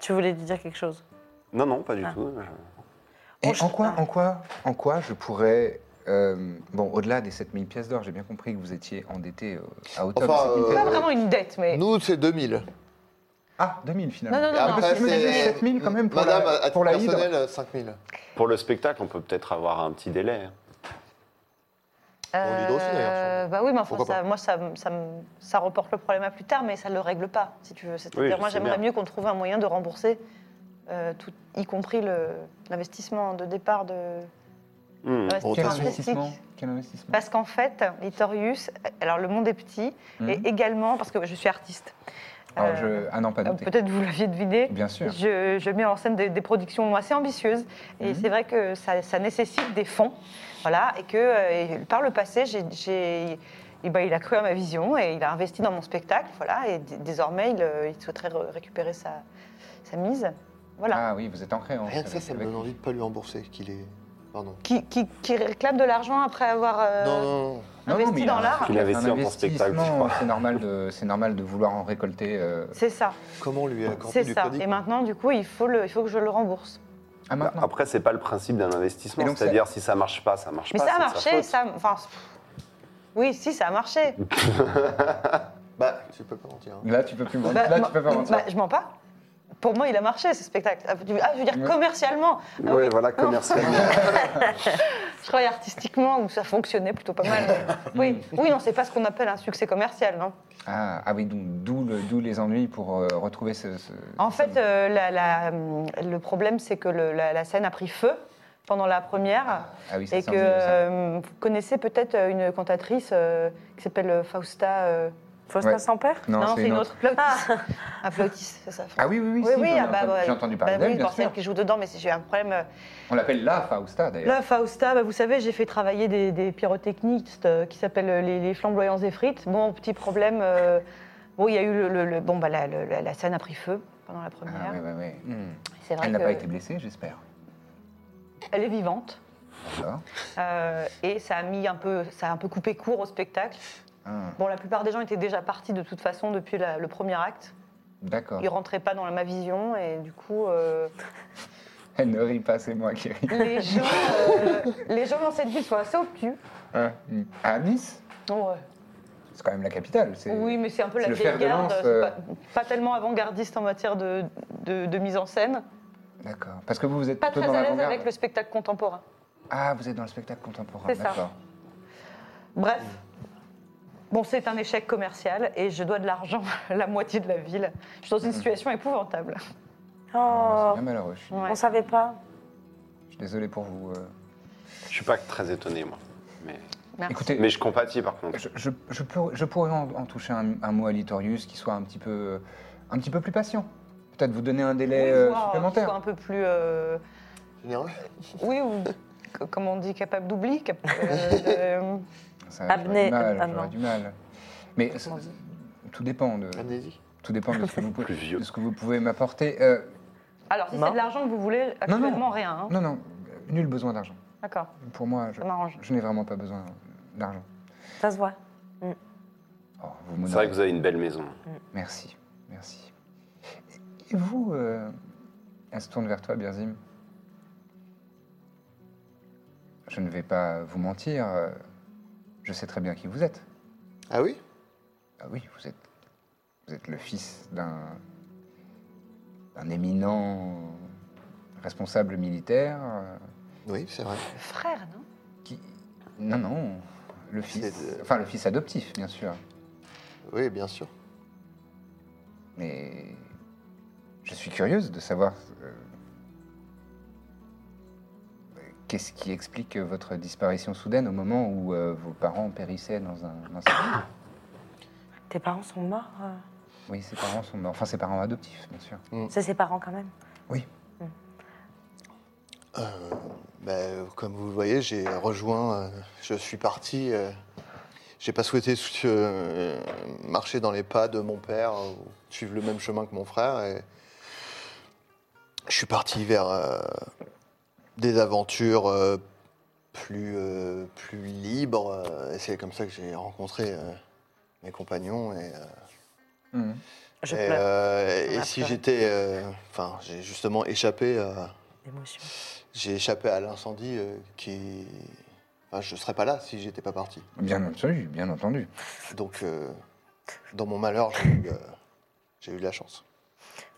Tu voulais lui dire quelque chose
Non, non, pas du tout.
Et
Bon, je-
en quoi, en quoi, en quoi je pourrais. euh, bon, au-delà des 7000 pièces d'or, j'ai bien compris que vous étiez endetté euh, à hauteur
Enfin,
de 7000
C'est
pièces
pas
euh,
d'or.
vraiment une dette, mais...
Nous, c'est 2000.
Ah, 2000 finalement.
Non, non, non,
Ah,
non,
parce que je me
c'est-
disais 7000 quand même pour
Madame, à
la,
titre
pour la hydre.
personnel, 5000.
Pour le spectacle, on peut peut-être avoir un petit délai.
lui doit aussi, d'ailleurs, sûrement.
bah oui, mais enfin,
Pourquoi
ça-
pas
moi, ça, me- ça, me- ça reporte le problème à plus tard, mais ça ne le règle pas, si tu veux.
Oui,
C'est-à-dire,
je
moi,
sais
j'aimerais
bien.
mieux qu'on trouve un moyen de rembourser, euh, tout, y compris le- l'investissement de départ de
Hmm.
Quel
l'investissement
façon-
investissement
artistique.
Quel investissement
Parce qu'en fait, Litorius, alors le monde est petit,
Mhm.
et également, parce que je suis artiste,
Alors,
euh,
je... Ah non, pas
euh,
douté.
peut-être vous l'aviez deviné,
Bien sûr.
je, je mets en scène des, des productions assez ambitieuses et
Mhm.
c'est vrai que ça, ça nécessite des fonds. Voilà, et que euh, et par le passé, j'ai- j'ai- eh ben, il a cru à ma vision et il a investi dans mon spectacle. Voilà, et d- désormais, il, euh, il souhaiterait re- récupérer sa, sa mise. Voilà.
Ah oui, vous êtes ancré en
Rien que ça, ça me donne envie de pas lui rembourser. Qu'il est... Pardon.
qui, qui- qui réclame de l'argent après avoir euh,
Non, non, non.
investi
mais
dans l'art.
Tu l'investis
un
en ton spectacle, je
investissement,
crois.
C'est normal, de- c'est normal de vouloir en récolter. euh,
C'est ça,
Comment lui accorder
c'est
du
ça.
crédit
Et maintenant, du coup, il faut, le, il faut que je le rembourse.
Ah,
Bah,
maintenant.
Après, c'est pas le principe d'un investissement.
Et donc,
C'est-à-dire, si ça marche pas, ça marche
Mais
pas.
ça a
Ah, c'est de sa
marché,
faute.
ça. Enfin, pff, oui, si, ça a marché.
Bah, tu peux pas mentir. hein.
Là, tu peux plus mentir.
Bah,
Là,
moi-
tu peux pas mentir.
bah, je mens pas. Pour moi, il a marché ce spectacle. Ah, tu- ah, je veux dire
Ouais.
commercialement. Ah
Ouais,
oui.
voilà, commercialement.
Je croyais artistiquement où ça fonctionnait plutôt pas mal. oui, oui, non, c'est pas ce qu'on appelle un succès commercial, non.
Ah, ah oui, donc d'où le- d'où les ennuis pour euh, retrouver ce. ce-
En
ce-
fait, euh, la- la, hum, le problème, c'est que le- la, la scène a pris feu pendant la première.
ah oui, ça,
Et
c'est
que
ennuyeux, ça.
euh, vous connaissez peut-être une cantatrice euh, qui s'appelle Fausta. euh,
Fausta
Ouais.
Sampère
Flautis. Ah, Un flautis, c'est ça.
Ah oui, oui, oui,
oui,
si,
oui,
j'en ai
ah bah,
entendu-
ouais.
j'ai entendu parler
Bah
d'elle,
oui,
bien
pour
sûr.
celle qui joue dedans, mais si j'ai un problème. euh,
On l'appelle la Fausta, d'ailleurs.
Là, Fausta, bah, vous savez, j'ai fait travailler des, des pyrotechnistes euh, qui s'appellent euh, les, les flamboyants et frites. Bon, petit problème. euh, bon, il y a eu le. le- le- bon, bah, la, le- la- la scène a pris feu pendant la
Ah,
première.
oui, oui, oui. Hmm.
C'est vrai
Elle n'a pas
que-
été blessée, j'espère.
Elle est vivante.
D'accord.
euh, et ça a mis un peu, ça a un peu coupé court au spectacle.
Ah,
Bon, la plupart des gens étaient déjà partis de toute façon depuis la- le premier acte.
D'accord.
Ils rentraient pas dans ma vision et du coup, euh,
Elle ne rit pas, c'est moi qui ris.
les gens, euh, les gens dans cette ville sont assez obtus.
Ah, hmm. À Nice,
Ouais.
c'est quand même la capitale. c'est-
Oui, mais c'est un peu
c'est
la
le
vieille
fer de
garde,
lance,
c'est
euh.
pas, pas tellement avant-gardiste en matière de, de- de mise en scène.
D'accord. Parce que vous, vous êtes
Pas
plutôt
très
dans
à l'aise
l'avant-garde.
avec le spectacle contemporain.
Ah, vous êtes dans le spectacle contemporain.
C'est ça.
D'accord.
Bref, bon, c'est un échec commercial et je dois de l'argent à la moitié de la ville. Je suis dans
Hmm.
une situation épouvantable.
Oh,
C'est bien malheureux. Je suis,
Ouais.
on savait pas.
je suis désolé pour vous. euh.
Je suis pas très étonné, moi. Mais,
Merci.
Écoutez,
mais je compatis, par contre.
je, je- je pourrais, je pourrais en, en toucher un, un mot à Litorius qui soit un petit peu, un petit peu plus patient. Peut-être vous donner un délai
Oui,
euh,
voir, euh, qu'il soit
supplémentaire.
un peu plus. euh,
Généreux
oui, ou c- comme on dit, capable d'oubli. cap- euh, de-
Ça, j'aurais
Abné-
du mal,
ah, non.
j'aurais du mal. Mais ça- tout dépend de
Amnésie
tout dépend de ce que vous
Plus
pouvez,
vieux.
de ce que vous pouvez m'apporter. Euh,
Alors, si
Non.
c'est de l'argent que vous voulez, actuellement rien. hein.
non, non, nul besoin d'argent.
D'accord,
Pour moi, je,
ça m'arrange.
je n'ai vraiment pas besoin d'argent.
Ça se voit.
Oh, vous m'honorez.
C'est vrai que vous avez une belle maison.
Merci, merci. Et vous, euh, elle se tourne vers toi, Birzim. Je ne vais pas vous mentir, euh, je sais très bien qui vous êtes.
Ah oui
Ah oui, vous êtes, vous êtes le fils d'un d'un éminent responsable militaire euh,
Oui, c'est vrai.
Le frère, non
qui... Non, non, le fils,
C'est de-
enfin le fils adoptif, bien sûr.
Oui, bien sûr.
Mais je suis curieuse de savoir euh, qu'est-ce qui explique votre disparition soudaine au moment où euh, vos parents périssaient dans un incendie.
Tes parents sont morts. euh.
Oui, ses parents sont morts. Enfin, ses parents adoptifs, bien sûr.
C'est ses parents quand même.
Oui.
Euh, ben, comme vous le voyez, j'ai rejoint, euh, je suis parti. euh, j'ai pas souhaité euh, marcher dans les pas de mon père ou suivre le même chemin que mon frère. Et je suis parti vers euh, des aventures euh, plus, euh, plus libres. euh, Et c'est comme ça que j'ai rencontré euh, mes compagnons et euh,
Mhm.
Je
et,
pleure
euh,
On
et
a
si
peur.
j'étais. euh, Enfin, j'ai justement échappé à.
d'émotion.
J'ai échappé à l'incendie euh, qui. Enfin, je serais pas là si j'étais pas parti.
Bien entendu, bien entendu.
Donc, euh, dans mon malheur, j'ai eu, euh, j'ai eu de la chance.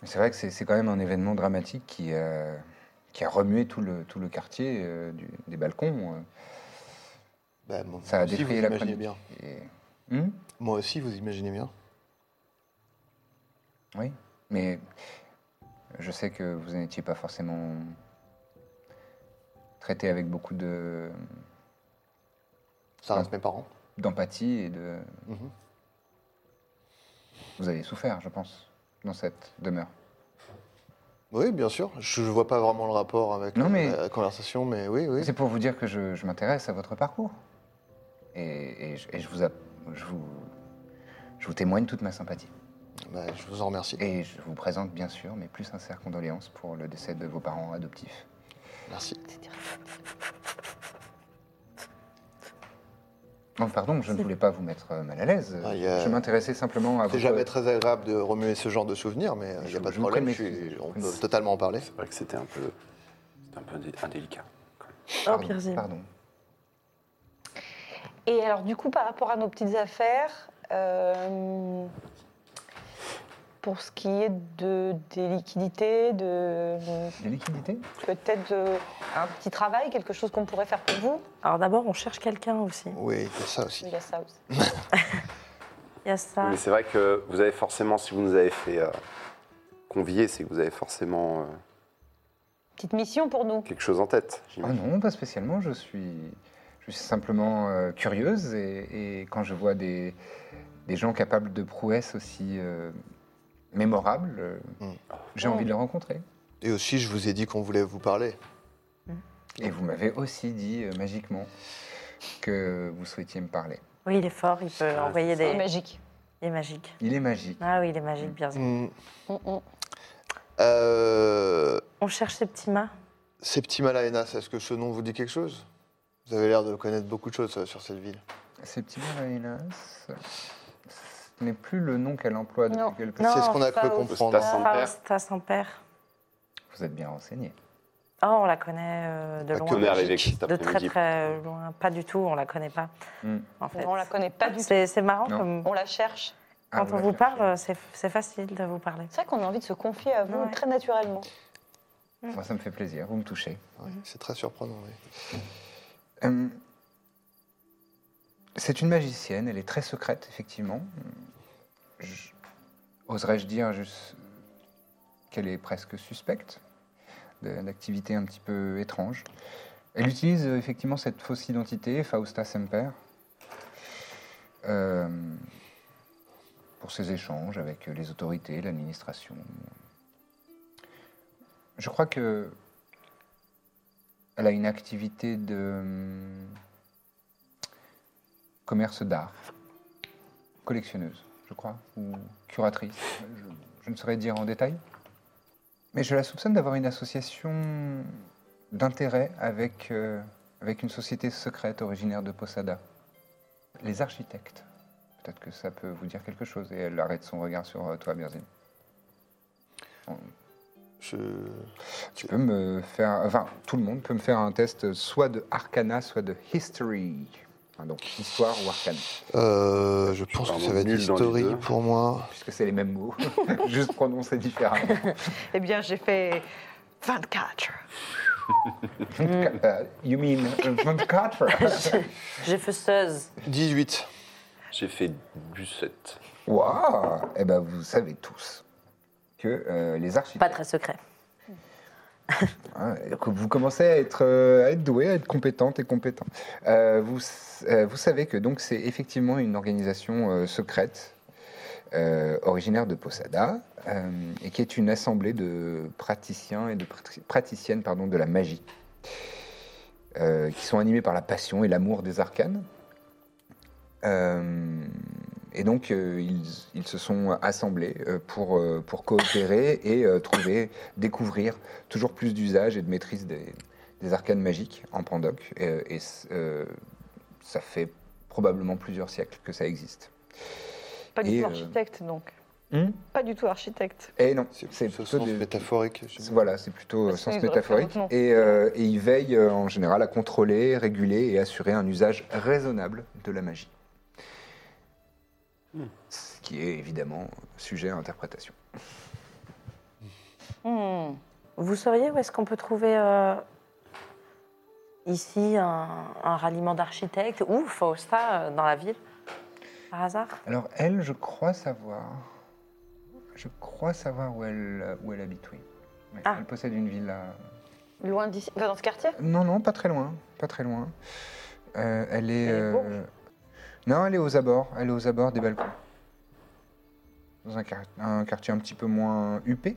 Mais c'est vrai que c'est c'est quand même un événement dramatique qui, euh, qui a remué tout le, tout le quartier euh, du- des balcons.
Bah, moi
Ça a
aussi, vous
défrayé la
imaginez
chronique.
bien.
euh, et- Hmm
Moi aussi, vous imaginez bien.
Oui, mais je sais que vous n'étiez pas forcément traité avec beaucoup de
Ça reste mes parents.
d'empathie et de.
Mhm.
Vous avez souffert, je pense, dans cette demeure.
Oui, bien sûr. Je ne vois pas vraiment le rapport avec
Non,
euh,
mais-
la conversation, mais oui, oui.
C'est pour vous dire que je, je m'intéresse à votre parcours et, et je, et je vous, app- je vous je vous témoigne toute ma sympathie
Bah, je vous en remercie.
et je vous présente bien sûr mes plus sincères condoléances pour le décès de vos parents adoptifs.
Merci.
Non, pardon, je ne voulais pas vous mettre euh, mal à l'aise.
Ah, il y a-
Je m'intéressais simplement à
C'est
votre...
jamais très agréable de remuer ce genre de souvenirs, mais il n'y
Je-
a pas de
je vous
problème.
prémets-
je suis- on peut totalement en parler.
C'est vrai que c'était un peu, c'était un peu dé- indélicat. quand même.
Pardon,
Pierre-Zé.
pardon.
Et alors, du coup, par rapport à nos petites affaires, euh, pour ce qui est de, des liquidités, de,
Des liquidités
peut-être de- un petit travail, quelque chose qu'on pourrait faire pour vous,
Alors d'abord, on cherche quelqu'un aussi.
Oui, c'est ça aussi.
il y a ça aussi.
Il y a ça.
Mais c'est vrai que vous avez forcément, si vous nous avez fait euh, convier, c'est que vous avez forcément euh,
Petite mission pour nous.
quelque chose en tête,
Ah
j'imagine.
non, pas spécialement. Je suis, je suis simplement euh, curieuse et, et quand je vois des, des gens capables de prouesses aussi euh, mémorables, euh,
Mm.
j'ai envie de les rencontrer.
Et aussi, je vous ai dit qu'on voulait vous parler.
Et vous m'avez aussi dit euh, magiquement que vous souhaitiez me parler.
Oui, il est fort, il peut envoyer
C'est
des...
magique.
Il est magique.
Il est magique.
Ah oui, il est magique, bien sûr.
Mm.
Mm, mm.
Euh,
On cherche Septima.
Septima Laenas, est-ce que ce nom vous dit quelque chose Vous avez l'air de connaître beaucoup de choses euh, sur cette ville.
Septima Laenas, ce n'est plus le nom qu'elle emploie depuis
Non.
quelque
Non,
c'est ce qu'on a cru
Faust.
comprendre.
Stas. Sans père.
Faust à son père.
Vous êtes bien renseigné.
Oh, on la connaît euh, de
La
loin.
On est arrivé cet
De très
après-midi.
très euh, loin. Pas du tout, on la connaît pas.
Hmm.
En fait.
On la connaît pas du tout.
C'est c'est marrant,
Non.
comme-
On la cherche.
Ah,
quand on
la
vous
cherchez.
parle, euh, c'est c'est facile de vous parler.
C'est vrai qu'on a envie de se confier à vous
Ouais.
très naturellement.
Moi, ça me fait plaisir. Vous me touchez.
Ouais, c'est très surprenant. oui.
Hum. C'est une magicienne, elle est très secrète, effectivement. Je- Oserais-je dire juste qu'elle est presque suspecte de- d'activités un petit peu étranges. Elle utilise euh, effectivement cette fausse identité, Fausta Semper, euh, pour ses échanges avec les autorités, l'administration. Je crois que elle a une activité de hum, commerce d'art, collectionneuse, je crois, ou curatrice. Je, je ne saurais dire en détail. Mais je la soupçonne d'avoir une association d'intérêt avec, euh, avec une société secrète originaire de Posada. Les architectes. Peut-être que ça peut vous dire quelque chose. Et elle arrête son regard sur euh, toi, Birzim.
Je...
Tu peux me faire, enfin, tout le monde peut me faire un test soit de Arcana, soit de History. Enfin, donc, histoire ou Arcana,
Euh, je pense que
vraiment
ça va être
nul dans les
history
deux.
pour moi.
puisque c'est les mêmes mots, juste prononcés différemment.
Eh bien, j'ai fait 24.
Euh, you mean 24
J'ai feuseuse.
18.
J'ai fait du 7.
Waouh Eh ben, vous savez tous que euh, les
Pas
architectes,
très secret.
hein, que vous commencez à être, euh, à être doué, à être compétente et compétent. Euh, vous, s- euh, vous savez que donc c'est effectivement une organisation euh, secrète euh, originaire de Posada euh, et qui est une assemblée de praticiens et de prat- praticiennes pardon, de la magie euh, qui sont animés par la passion et l'amour des arcanes. Euh, et donc, euh, ils, ils se sont assemblés euh, pour, euh, pour coopérer et euh, trouver, découvrir toujours plus d'usages et de maîtrise des, des arcanes magiques en Pandoc. Euh, Et, c- euh, ça fait probablement plusieurs siècles que ça existe.
Pas du
Et,
tout
euh,
architecte, donc.
Hmm
Pas du tout architecte.
et non,
C'est
c'est
ce
plutôt
sens
des-
métaphorique.
c'est- Voilà, c'est plutôt euh,
Parce
sens
qu'ils auraient fait
métaphorique.
autrement.
Et, euh, et ils veillent euh, en général à contrôler, réguler et assurer un usage raisonnable de la magie.
Hmm.
Ce qui est évidemment sujet à interprétation.
Hmm.
Vous sauriez où est-ce qu'on peut trouver euh, ici un, un ralliement d'architectes ou Fausta euh, dans la ville Par hasard
Alors elle, je crois savoir. Je crois savoir où elle, où elle habite, oui. Ouais,
Ah.
Elle possède une villa.
Loin d'ici. Enfin, dans ce quartier
Non, non, pas très loin. Pas très loin. Euh, elle est.
Elle est
euh,
Bourges
Non, elle est aux abords. Elle est aux abords des balcons. Dans un, quar- un quartier un petit peu moins huppé.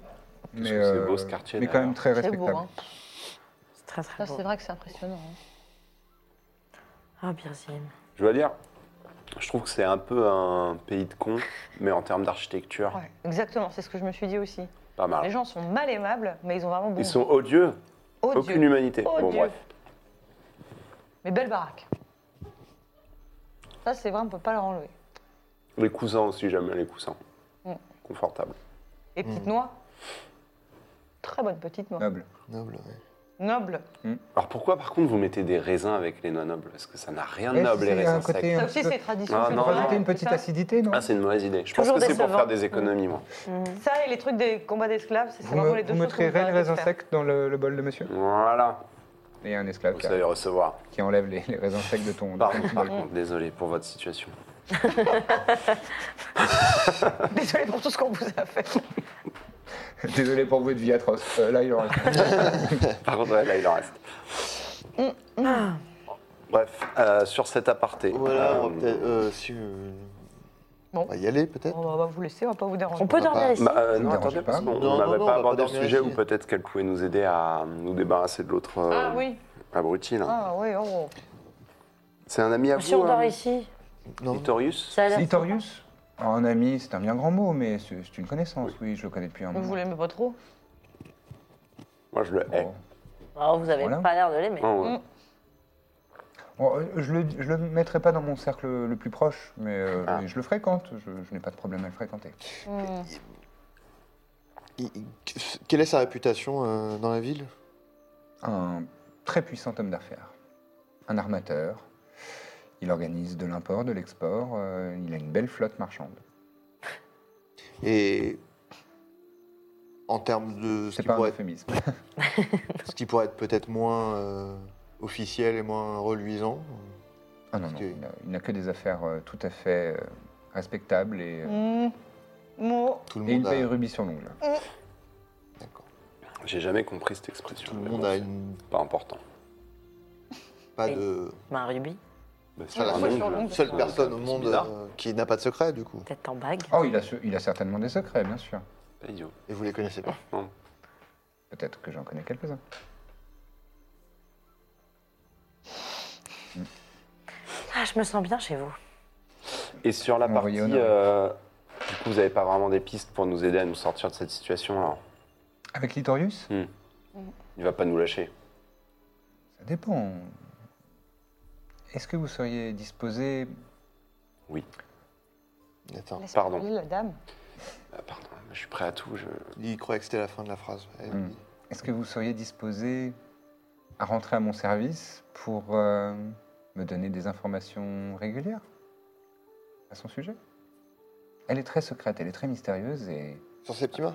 Mais, euh,
que c'est beau, ce quartier,
mais quand même
d'ailleurs.
très
C'est
respectable.
beau, hein.
C'est très
Ça,
très beau.
Ah, c'est vrai que c'est impressionnant. hein.
Ah, Birzim.
Je dois dire, je trouve que c'est un peu un pays de cons, mais en termes d'architecture,
Ouais, exactement, c'est ce que je me suis dit aussi.
pas mal.
Les gens sont mal aimables, mais ils ont vraiment bon
Ils
goût.
sont odieux,
Odieux.
Aucune humanité.
Oh
bon,
Dieu.
bref.
Mais belle baraque. Ça, c'est vrai, on ne peut pas leur enlever.
Les coussins aussi, j'aime bien les coussins.
Mm.
Confortable.
Et petite noix. Très bonne petite noix.
Noble.
Noble, ouais.
Noble.
Alors pourquoi, par contre, vous mettez des raisins avec les noix nobles Parce que ça n'a rien de
Eh,
noble,
si,
les
il y a un
raisins
côté
secs.
un petit
Ça aussi,
peu-
c'est tradition.
Ah,
c'est
non,
vrai.
Rajouter une petite
Ça-
acidité, non
Ah, c'est une mauvaise idée. Je
Toujours
pense que c'est pour
décevant.
faire des économies, moi.
Ça et les trucs des combats d'esclaves, c'est c'est
Vous,
vraiment
me,
les deux
vous me
choses qu'on
trairez
peut
les
arrêter de
raisins
faire.
secs dans le, le bol de monsieur
Voilà.
Et un esclave
Vous
qui,
allez recevoir.
qui enlève les, les raisins secs de ton.
Pardon, par contre, désolé pour votre situation.
Désolé pour tout ce qu'on vous a fait.
Désolé pour votre vie atroce. Euh, là, il en reste.
Par contre, ouais, là, il en reste. Ah. Bref, euh, sur cet aparté.
Voilà, on va
euh,
peut-être. euh, si. euh,
Bon.
On va y aller peut-être.
On va- on va vous laisser, on va pas vous déranger.
On peut
va
dormir
pas-
ici
bah, euh,
Vous
non,
me
attendez,
dérangez
parce
pas.
qu'on
Non,
on
non,
n'avait
non, on
pas
va
abordé
pas
le sujet
dormir
où
ici.
peut-être qu'elle pouvait nous aider à nous débarrasser de l'autre euh,
Ah oui,
abruti. là.
ah oui, oh.
C'est un ami à
Si
vous,
on dort
hein,
ici,
Non.
Litorius
ça a l'air-
Litorius Alors, Un ami, c'est un bien grand mot, mais c'est c'est une connaissance. Oui, je le connais depuis un
vous
moment.
l'aimez pas trop.
Moi, je le hais.
Bon.
Oh, vous avez
Voilà.
pas l'air de l'aimer.
Oh, ouais.
Bon, euh, je, le, je le mettrai pas dans mon cercle le plus proche, mais, euh,
Ah.
mais je le fréquente. Je, je n'ai pas de problème à le fréquenter.
Il- il- Quelle est sa réputation euh, dans la ville
Un très puissant homme d'affaires, un armateur. Il organise de l'import, de l'export. euh, il a une belle flotte marchande.
Et en termes de ce
C'est
qui,
pas un
pourrait être,
euphémisme.
ce qui pourrait être peut-être moins euh, officiel et moins reluisant.
Ah non,
Parce
non,
que-
il n'a- il n'a que des affaires euh, tout à fait euh, respectables et, euh,
Mmh. Bon,
Tout le
et une
monde,
paye
a,
rubis sur l'ongle.
D'accord.
J'ai jamais compris cette expression.
Tout le
mais
monde
bon,
a
c'est
une,
Pas important.
pas
Et-
de
Bah, un rubis,
Bah, c'est
Ah, la
un
seule
ongle.
langue.
seule
Ouais,
personne au
c'est
monde
bizarre.
euh, qui n'a pas de secret du coup.
peut-être en bague.
Oh, il a, ce- il a certainement des secrets, bien sûr.
Pas idiot.
Et vous les connaissez pas.
Peut-être que j'en connais quelques-uns.
Ah, je me sens bien chez vous.
Et sur la
On
partie.
voyait Honor.
euh, du coup, vous n'avez pas vraiment des pistes pour nous aider à nous sortir de cette situation là
Avec Litorius
Il va pas nous lâcher.
Ça dépend. Est-ce que vous seriez disposé
Oui.
Attends,
laisse
Pardon.
parler la dame.
Ah, pardon, je suis prêt à tout. Je...
il croyait que c'était la fin de la phrase. Elle
Hmm.
dit,
Est-ce que vous seriez disposé à rentrer à mon service pour euh, me donner des informations régulières à son sujet Elle est très secrète, elle est très mystérieuse et
Sur Septima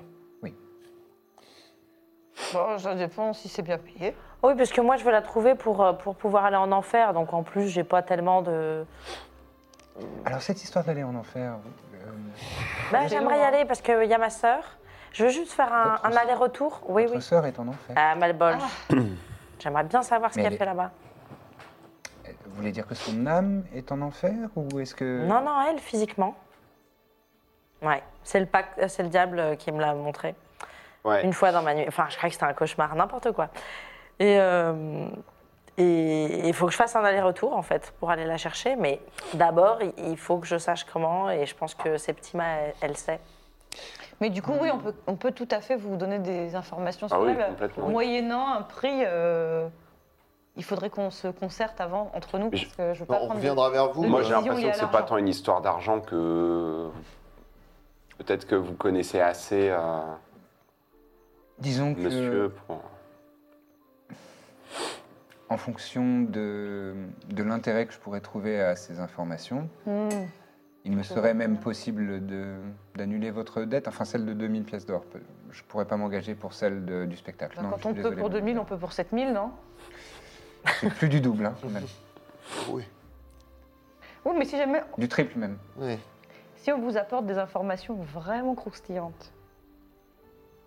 Bon, ça dépend si c'est bien payé.
Oh Oui, parce que moi, je veux la trouver pour, euh, pour pouvoir aller en enfer. Donc, en plus, j'ai pas tellement de...
Alors cette histoire d'aller en enfer, euh,
Bah, j'aimerais
hein.
y aller parce qu'il y a ma sœur. Je veux juste faire un,
Votre
un
sœur.
aller-retour. Oui,
votre
oui.
sœur est en enfer.
Ah, malbol. J'aimerais bien savoir ce
Mais
qu'il y a
elle
fait
est-
là-bas.
Vous voulez dire que son âme est en enfer ou est-ce que
Non, non, elle, physiquement. Ouais, c'est le, pac- euh, c'est le diable euh, qui me l'a montré.
Ouais.
Une fois dans ma nuit. Enfin, je croyais que c'était un cauchemar, n'importe quoi. Et euh, et il faut que je fasse un aller-retour, en fait, pour aller la chercher. Mais d'abord, il- il faut que je sache comment. Et je pense que Septima, elle, elle sait.
Mais du coup, oui, on peut, on peut tout à fait vous donner des informations
Mm. Ah
sur
oui,
elle,
complètement, oui.
moyennant un prix. euh, il faudrait qu'on se concerte avant entre nous,
Mais je-
parce que je veux
Bon,
pas
On
prendre. de-
reviendra vers vous.
de-
mais-
Moi, j'ai
décision liée
l'impression
à
que c'est pas
l'argent.
tant une histoire d'argent que. Peut-être que vous connaissez assez euh,
disons que
monsieur pour.
en fonction de, de l'intérêt que je pourrais trouver à ces informations,
Hmm.
il me serait même possible de- d'annuler votre dette, enfin celle de 2000 pièces d'or. Pe- Je pourrais pas m'engager pour celle de- du spectacle.
Bah,
Non, je
quand
suis
on peut
désolé,
pour
mais-
2000, on peut pour 7000, non
C'est plus du double, hein, même.
Euh, Oui.
Oui, mais si jamais,
du triple même.
oui.
si on vous apporte des informations vraiment croustillantes,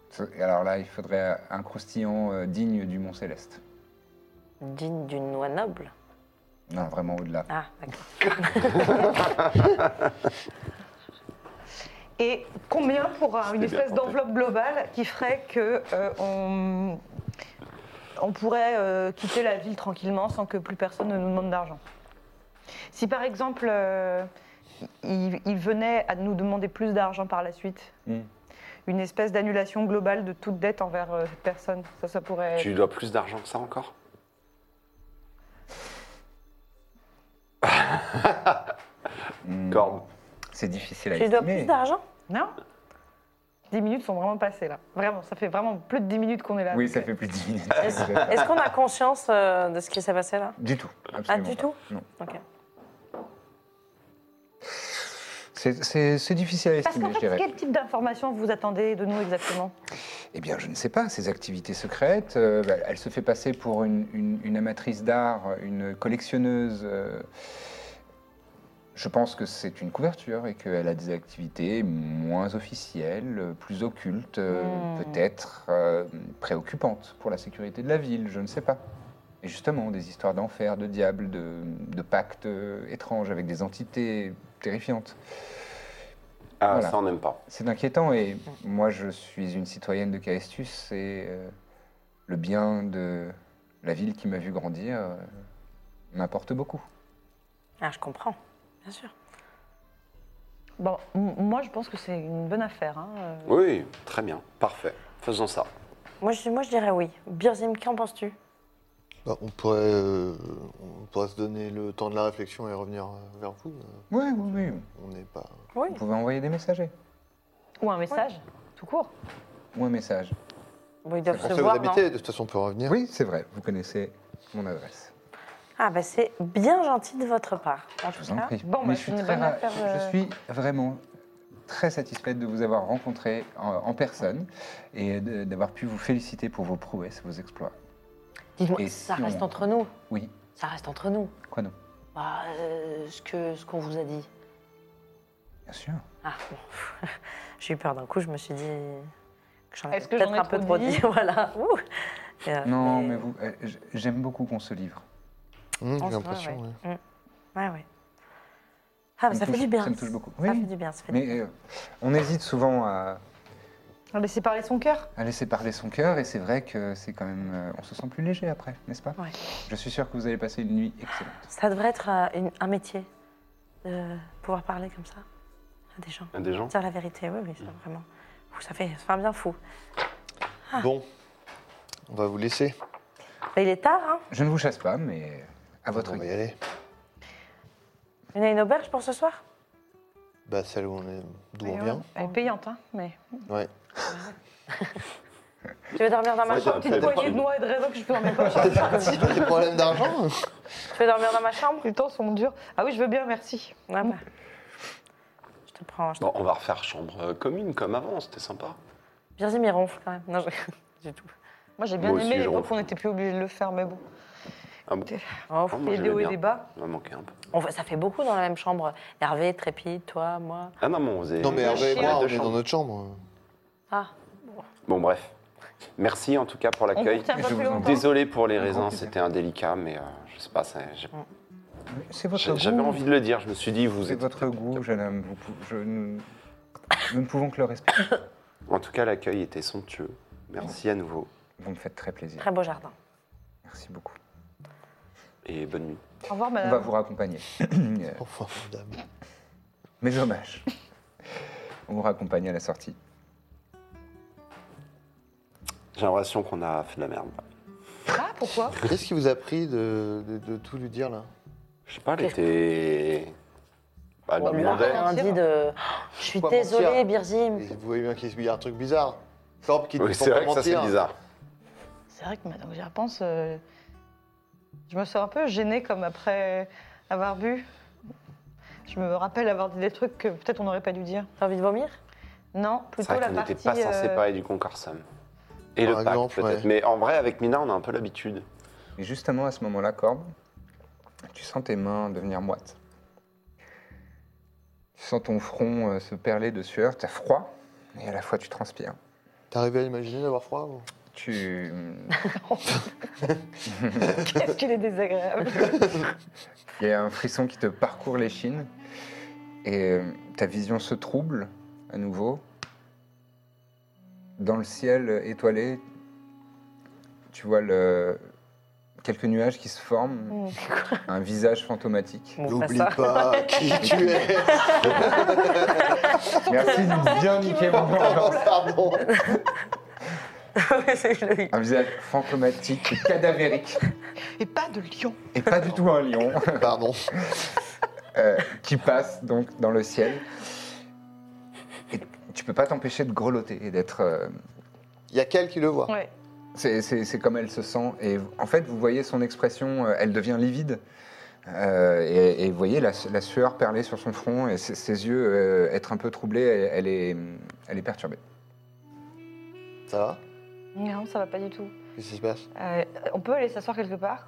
C'est- Alors là, il faudrait un croustillant euh, digne du Mont Céleste.
Digne d'une noix noble.
Non, vraiment au-delà.
Ah, d'accord.
et combien pour un- une
C'était bien
espèce
tenté.
d'enveloppe globale qui ferait que euh, on, on pourrait euh, quitter la ville tranquillement sans que plus personne ne nous demande d'argent Si par exemple, euh, il, il venait à nous demander plus d'argent par la suite,
Hmm.
une espèce d'annulation globale de toute dette envers euh, cette personne. Ça, ça pourrait.
Tu lui dois plus d'argent que ça encore
Hmm.
Corde.
C'est difficile à
Tu lui dois
estimer.
plus d'argent
Non 10 minutes sont vraiment passées là. Vraiment, ça fait vraiment plus de 10 minutes qu'on est là.
Oui,
Donc,
ça
euh,
fait plus de 10 minutes.
Est-ce est-ce qu'on a conscience euh, de ce qui s'est passé là
Du tout. absolument
Ah, du
pas.
tout
Non.
Ok.
C'est- C'est c'est difficile à
Parce
estimer,
qu'en
je
fait,
dirais.
quel type d'informations vous attendez de nous exactement
Eh bien, je ne sais pas, ces activités secrètes, euh, bah, elle se fait passer pour une, une- une amatrice d'art, une collectionneuse. euh, je pense que c'est une couverture et qu'elle a des activités moins officielles, euh, plus occultes, euh,
Hmm.
peut-être euh, préoccupantes pour la sécurité de la ville, je ne sais pas. Et justement, des histoires d'enfer, de diables, de, de pactes euh, étranges avec des entités terrifiantes.
Ah,
Voilà.
ça, on n'aime pas.
C'est inquiétant et moi je suis une citoyenne de Caestus et euh, le bien de la ville qui m'a vu grandir euh, m'importe beaucoup.
Ah, je comprends, bien sûr.
Bon, m- moi je pense que c'est une bonne affaire. hein, euh.
Oui, très bien. Parfait. Faisons ça.
Moi je, moi, je dirais oui. Birzim, qu'en penses-tu
Bah, on, pourrait, euh, on pourrait se donner le temps de la réflexion et revenir euh, vers vous. euh,
Oui, oui, oui.
On n'est pas.
Oui.
Vous pouvez envoyer des messagers
Ou un message, tout court.
ou un message.
Bon, ils doivent
On
se
sait où vous
voir, non
habitez, de toute façon, on peut revenir.
Eh Oui, c'est vrai, vous connaissez mon adresse.
Ah, bah c'est bien gentil de votre part. En
Je
tout
vous en
cas.
prie.
Bon, bah,
Mais
c'est une bonne
ra-
affaire,
je- je
euh.
suis vraiment très satisfaite de vous avoir rencontré en, en personne et de- d'avoir pu vous féliciter pour vos prouesses, vos exploits.
Dites-moi,
Et
ça
si on-
reste entre nous.
Oui,
Ça reste entre nous.
quoi non
Bah, euh, ce que ce qu'on vous a dit.
Bien sûr.
Ah, bon. J'ai eu peur d'un coup, je me suis dit que j'en avais
Est-ce que j'en
peut-être
ai
un peu
trop
trop
dit
dit. voilà. Ouh. Et, euh,
Non,
et-
mais vous, euh, j- j'aime beaucoup qu'on se livre.
Hum,
Ouais,
J'ai l'impression.
ouais.
ouais.
Mm. Ouais, ouais. Ah, mais
me
ça
touche-
fait du bien.
ça me touche beaucoup.
Ça
Oui.
fait du bien, ça fait du
Mais euh, on hésite souvent à,
Laissez Ah, parler son cœur.
à laisser parler son cœur et c'est vrai que c'est quand même, euh, on se sent plus léger après, n'est-ce pas
Ouais.
Je suis sûr que vous allez passer une nuit excellente.
Ça devrait être euh, une- un métier, de pouvoir parler comme ça à des gens.
Il y a des gens
Dire la vérité, oui, oui, ça, vraiment. Ouh, ça, fait, ça fait un bien fou.
Bon, on va vous laisser.
Mais il est tard, hein
Je ne vous chasse pas, mais à votre
On va y
avis.
aller.
Il y a une auberge pour ce soir
Bah, celle où on est, d'où on
Ouais,
vient.
Elle est payante, hein, mais.
Ouais.
Tu veux dormir dans ma
Ouais,
chambre
j'ai un
tu,
peu-
Poignée de noix et de raisin que je peux en mettre pas.
C'est pas des problèmes d'argent
tu veux dormir dans ma chambre
Les temps sont durs. Ah oui, je veux bien, merci.
Ouais, bah. Je te prends. Je te...
Bon, on va refaire chambre euh, commune comme avant, c'était sympa.
Birzim, il ronfle quand même. Non, je... du tout.
Moi j'ai bien
Moi aussi,
aimé
je
l'époque
refuse.
où on n'était plus obligé de le faire, mais bon.
Ah bon
Oh,
Ah, moi,
Les
j'aimais
hauts et
bien.
les bas.
Il m'a manqué un peu.
on va- ça fait beaucoup dans la même chambre. Hervé, Trépide, toi, moi.
Ah non, mais on faisait.
Non, mais Hervé et
on avait
moi, on
deux
est dans
chambres.
notre chambre.
Ah,
Bon, bref. Merci en tout cas pour
On ne
l'accueil.
retient pas
Je
plus
vous en
longtemps.
Désolé pour les raisins,
grand plaisir.
c'était indélicat, mais euh, je sais pas, ça- j'ai-
Ah,
C'est votre
j'ai-
goût.
j'avais envie de le dire. Je me suis dit, vous
C'est
êtes.
votre goût, jeune homme. Vous pou- je- nous, nous ne pouvons que le respecter.
En tout cas, l'accueil était somptueux. Merci à nouveau
Vous me faites très plaisir.
très beau jardin.
Merci beaucoup.
et bonne nuit.
Au revoir,
On va
madame.
vous raccompagner.
euh. Enfin, madame.
Mes hommages. On vous raccompagne à la sortie.
J'ai l'impression qu'on a fait de la merde.
Ah, pourquoi
Qu'est-ce qui vous a pris de, de- de tout lui dire là
Je sais pas, elle était. Bah, elle
On
me
lui a
demandait.
rien dit de. Je suis
Faut pas
désolée,
mentir.
Birzim.
Et Vous voyez bien qu'il y a un truc bizarre. Corbe qui
Oui,
dit qu'on
c'est
peut
vrai que ça, c'est
mentir.
bizarre.
C'est vrai que maintenant que j'y repense, euh, je me sens un peu gênée comme après avoir bu. Je me rappelle avoir dit des trucs que peut-être on n'aurait pas dû dire.
T'as envie de vomir
Non,
C'est
plutôt
vrai
la
qu'on n'était
partie.
pas censé
euh,
parler du Concorsum. Et
Par
le pacte,
exemple,
peut-être.
ouais.
Mais en vrai, avec Mina, on a un peu l'habitude.
Et justement, à ce moment-là, Corbe, tu sens tes mains devenir moites. Tu sens ton front euh, se perler de sueur, t'as froid, et à la fois tu transpires.
T'arrives à imaginer d'avoir froid ou
Tu...
Qu'est-ce qu'il est désagréable.
Il y a un frisson qui te parcourt l'échine, et euh, ta vision se trouble à nouveau. Dans le ciel étoilé, tu vois le quelques nuages qui se forment, un visage fantomatique.
Bon,
N'oublie
ça.
pas qui tu es.
Merci de bien niquer mon ambiance.
Pardon.
Ouais, c'est logique.
Un visage fantomatique et cadavérique,
Et pas de lion.
et pas du tout un lion,
Pardon.
euh, qui passe donc dans le ciel. Et tu peux pas t'empêcher de grelotter et d'être. euh,
Il y a qu'elle qui le voit.
Ouais.
C'est- C'est c'est comme elle se sent. Et en fait, vous voyez son expression, euh, elle devient livide. Euh, et, et vous voyez la, la sueur perler sur son front et ses, ses yeux euh, être un peu troublés. Elle, elle est, elle est perturbée.
Ça va
Non, ça va pas du tout.
Qu'est-ce qui se passe
Euh, on peut aller s'asseoir quelque part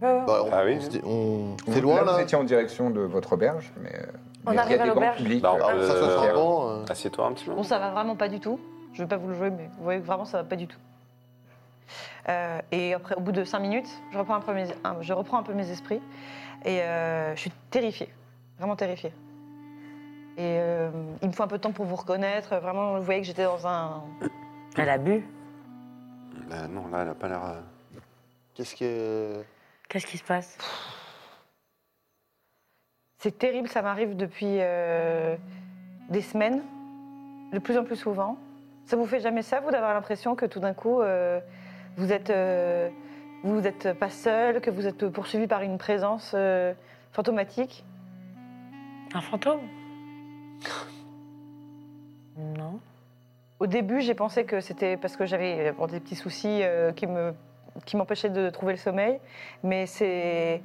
Bah, on,
Ah oui.
on se dé- on-
Vous-
C'est loin
Vous
là
étiez en direction de votre auberge, mais euh,
On
il y a- il y
arrive à
a des bancs
l'auberge
publics.
Bah, on
Ah,
euh,
ça, ça
Euh,
sent bon. euh.
Assieds-toi un petit
Bon,
moment.
ça va vraiment pas du tout. Je vais pas vous le jouer, mais vous voyez que vraiment ça va pas du tout. Euh, et après, au bout de cinq minutes, je reprends un peu mes, un- je reprends un peu mes esprits et euh, je suis terrifiée, vraiment terrifiée. Et euh, il me faut un peu de temps pour vous reconnaître. Vraiment, vous voyez que j'étais dans un.
Elle a bu.
Bah, non, là, elle a pas l'air. euh,
Qu'est-ce que.
Qu'est-ce qui se passe
C'est terrible, ça m'arrive depuis euh, des semaines, de plus en plus souvent. Ça vous fait jamais ça, vous, d'avoir l'impression que tout d'un coup, euh, vous êtes, euh, vous êtes pas seul, que vous êtes poursuivi par une présence euh, fantomatique
Un fantôme Non.
Au début, j'ai pensé que c'était parce que j'avais euh, bon, des petits soucis euh, qui me qui m'empêchaient de trouver le sommeil, mais c'est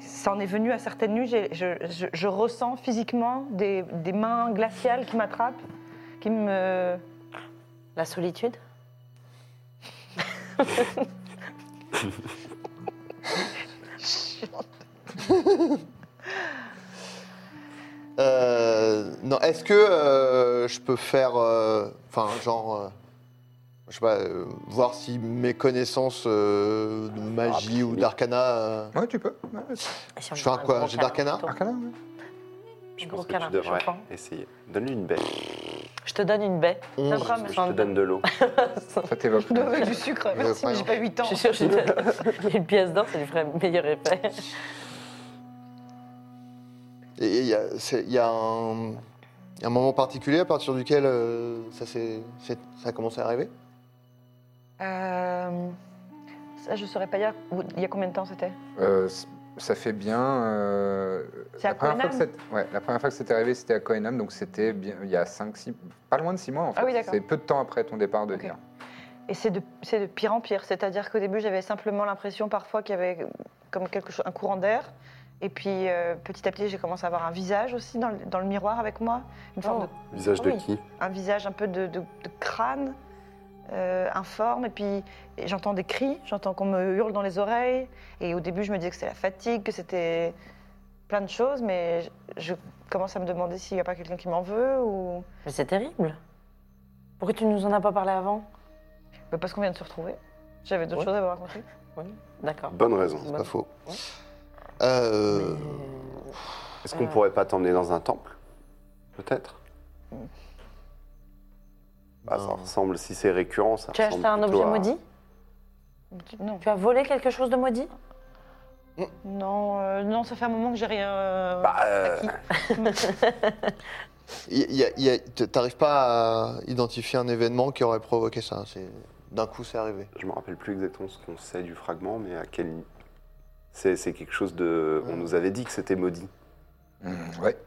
ça en est venu à certaines nuits. j'ai- Je, je- je ressens physiquement des, des mains glaciales qui m'attrapent, qui me
La solitude
Euh, non, est-ce que euh, je peux faire. euh, Enfin, genre. euh, je sais pas, euh, voir si mes connaissances euh, de magie ou d'arcana. euh,
Ouais, tu peux. Ouais,
Et si on
Je
faisait
fais un quoi,
gros
j'ai
câlin
d'arcana
plutôt
Arcana, ouais.
Je
Un
pense
gros
que tu
câlin,
devrais
je prends.
essayer. Donne-lui une baie.
Je te donne une baie.
onze.
Ça fera, mais-
Je te donne de l'eau.
Ça t'évoque.
donne du sucre. Merci, mais j'ai pas 8
Je
ans.
suis sûre que je lui donne une pièce d'or, ça lui ferait un meilleur effet.
Et il y a, c'est- il y a un, un moment particulier à partir duquel euh, ça, s'est- c'est- ça a commencé à arriver
Euh, ça, je saurais pas dire où- il y a combien de temps c'était.
Euh, c- ça fait bien. euh,
C'est à
première fois que
Coenam
c'est- ouais, la première fois que c'était arrivé, c'était à Coenham, donc c'était bien, il y a 5, 6, pas loin de 6 mois en fait.
Ah oui, d'accord.
c'est peu de temps après ton départ de
Ok.
Lire.
Et c'est de, c'est de pire en pire. C'est-à-dire qu'au début, j'avais simplement l'impression parfois qu'il y avait comme quelque chose, un courant d'air. Et puis euh, petit à petit, j'ai commencé à avoir un visage aussi dans le, dans le miroir avec moi. Une forme de-
Visage
Ah
de
oui.
qui
un visage un peu de, de- de crâne, euh, informe. Et puis et j'entends des cris, j'entends qu'on me hurle dans les oreilles. Et au début, je me disais que c'était la fatigue, que c'était plein de choses. Mais je, je commence à me demander s'il n'y a pas quelqu'un qui m'en veut ou.
Mais c'est terrible. Pourquoi tu nous en as pas parlé avant
Bah, Parce qu'on vient de se retrouver. J'avais d'autres
Ouais.
choses à vous raconter.
D'accord.
Bonne raison.
C'est pas faux.
Ouais.
Euh,
Est-ce qu'on
Euh.
pourrait pas t'emmener dans un temple Peut-être
Hmm.
bah, Ça
Non.
ressemble, si c'est récurrent, ça
Tu as
ressemble
acheté un
plutôt
objet
à-
maudit
Non.
Tu as volé quelque chose de maudit
Non, euh, non, ça fait un moment que j'ai rien. euh,
Bah, euh,
acquis.
il y a- il y a- t- T'arrives pas à identifier un événement qui aurait provoqué ça. c'est- D'un coup, c'est arrivé.
je me rappelle plus exactement ce qu'on sait du fragment, mais à quel... C'est c'est quelque chose de...
Hmm.
On nous avait dit que c'était maudit.
Mmh, ouais.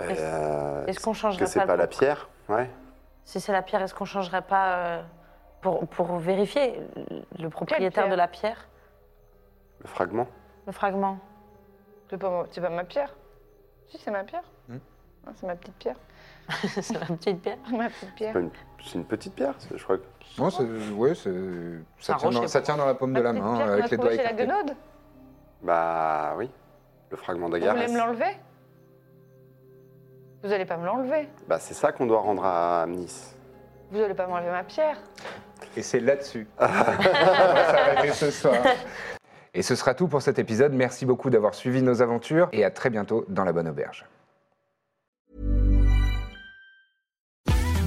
Euh,
Est-ce qu'on changerait
que c'est
pas,
pas
le
la
plan
pierre Ouais.
Si c'est la pierre, est-ce qu'on changerait pas euh, pour, pour vérifier le propriétaire
pierre
de la pierre,
Le fragment
le fragment
C'est pas, c'est pas ma pierre. Si, c'est ma pierre.
Hmm.
Ah, c'est ma petite pierre.
C'est la petite pierre.
Ma petite pierre.
C'est pas une- C'est une petite pierre, c'est- je crois. que-
Non, c'est- ouais, c'est- ça,
Un
tient dans,
rocher,
ça tient dans la paume
Ma
de la
petite
main,
Ah,
euh,
pierre qu'on a
avec les doigts
trouvée chez la
écartés.
guenaude.
Bah oui. Le fragment
Vous voulez me
d'Agarès.
l'enlever Vous allez pas me l'enlever.
Bah c'est ça qu'on doit rendre à Nice.
Vous allez pas m'enlever ma pierre.
Et c'est là-dessus. On va s'arrêter ce soir. Et ce sera tout pour cet épisode. Merci beaucoup d'avoir suivi nos aventures et à très bientôt dans la bonne auberge.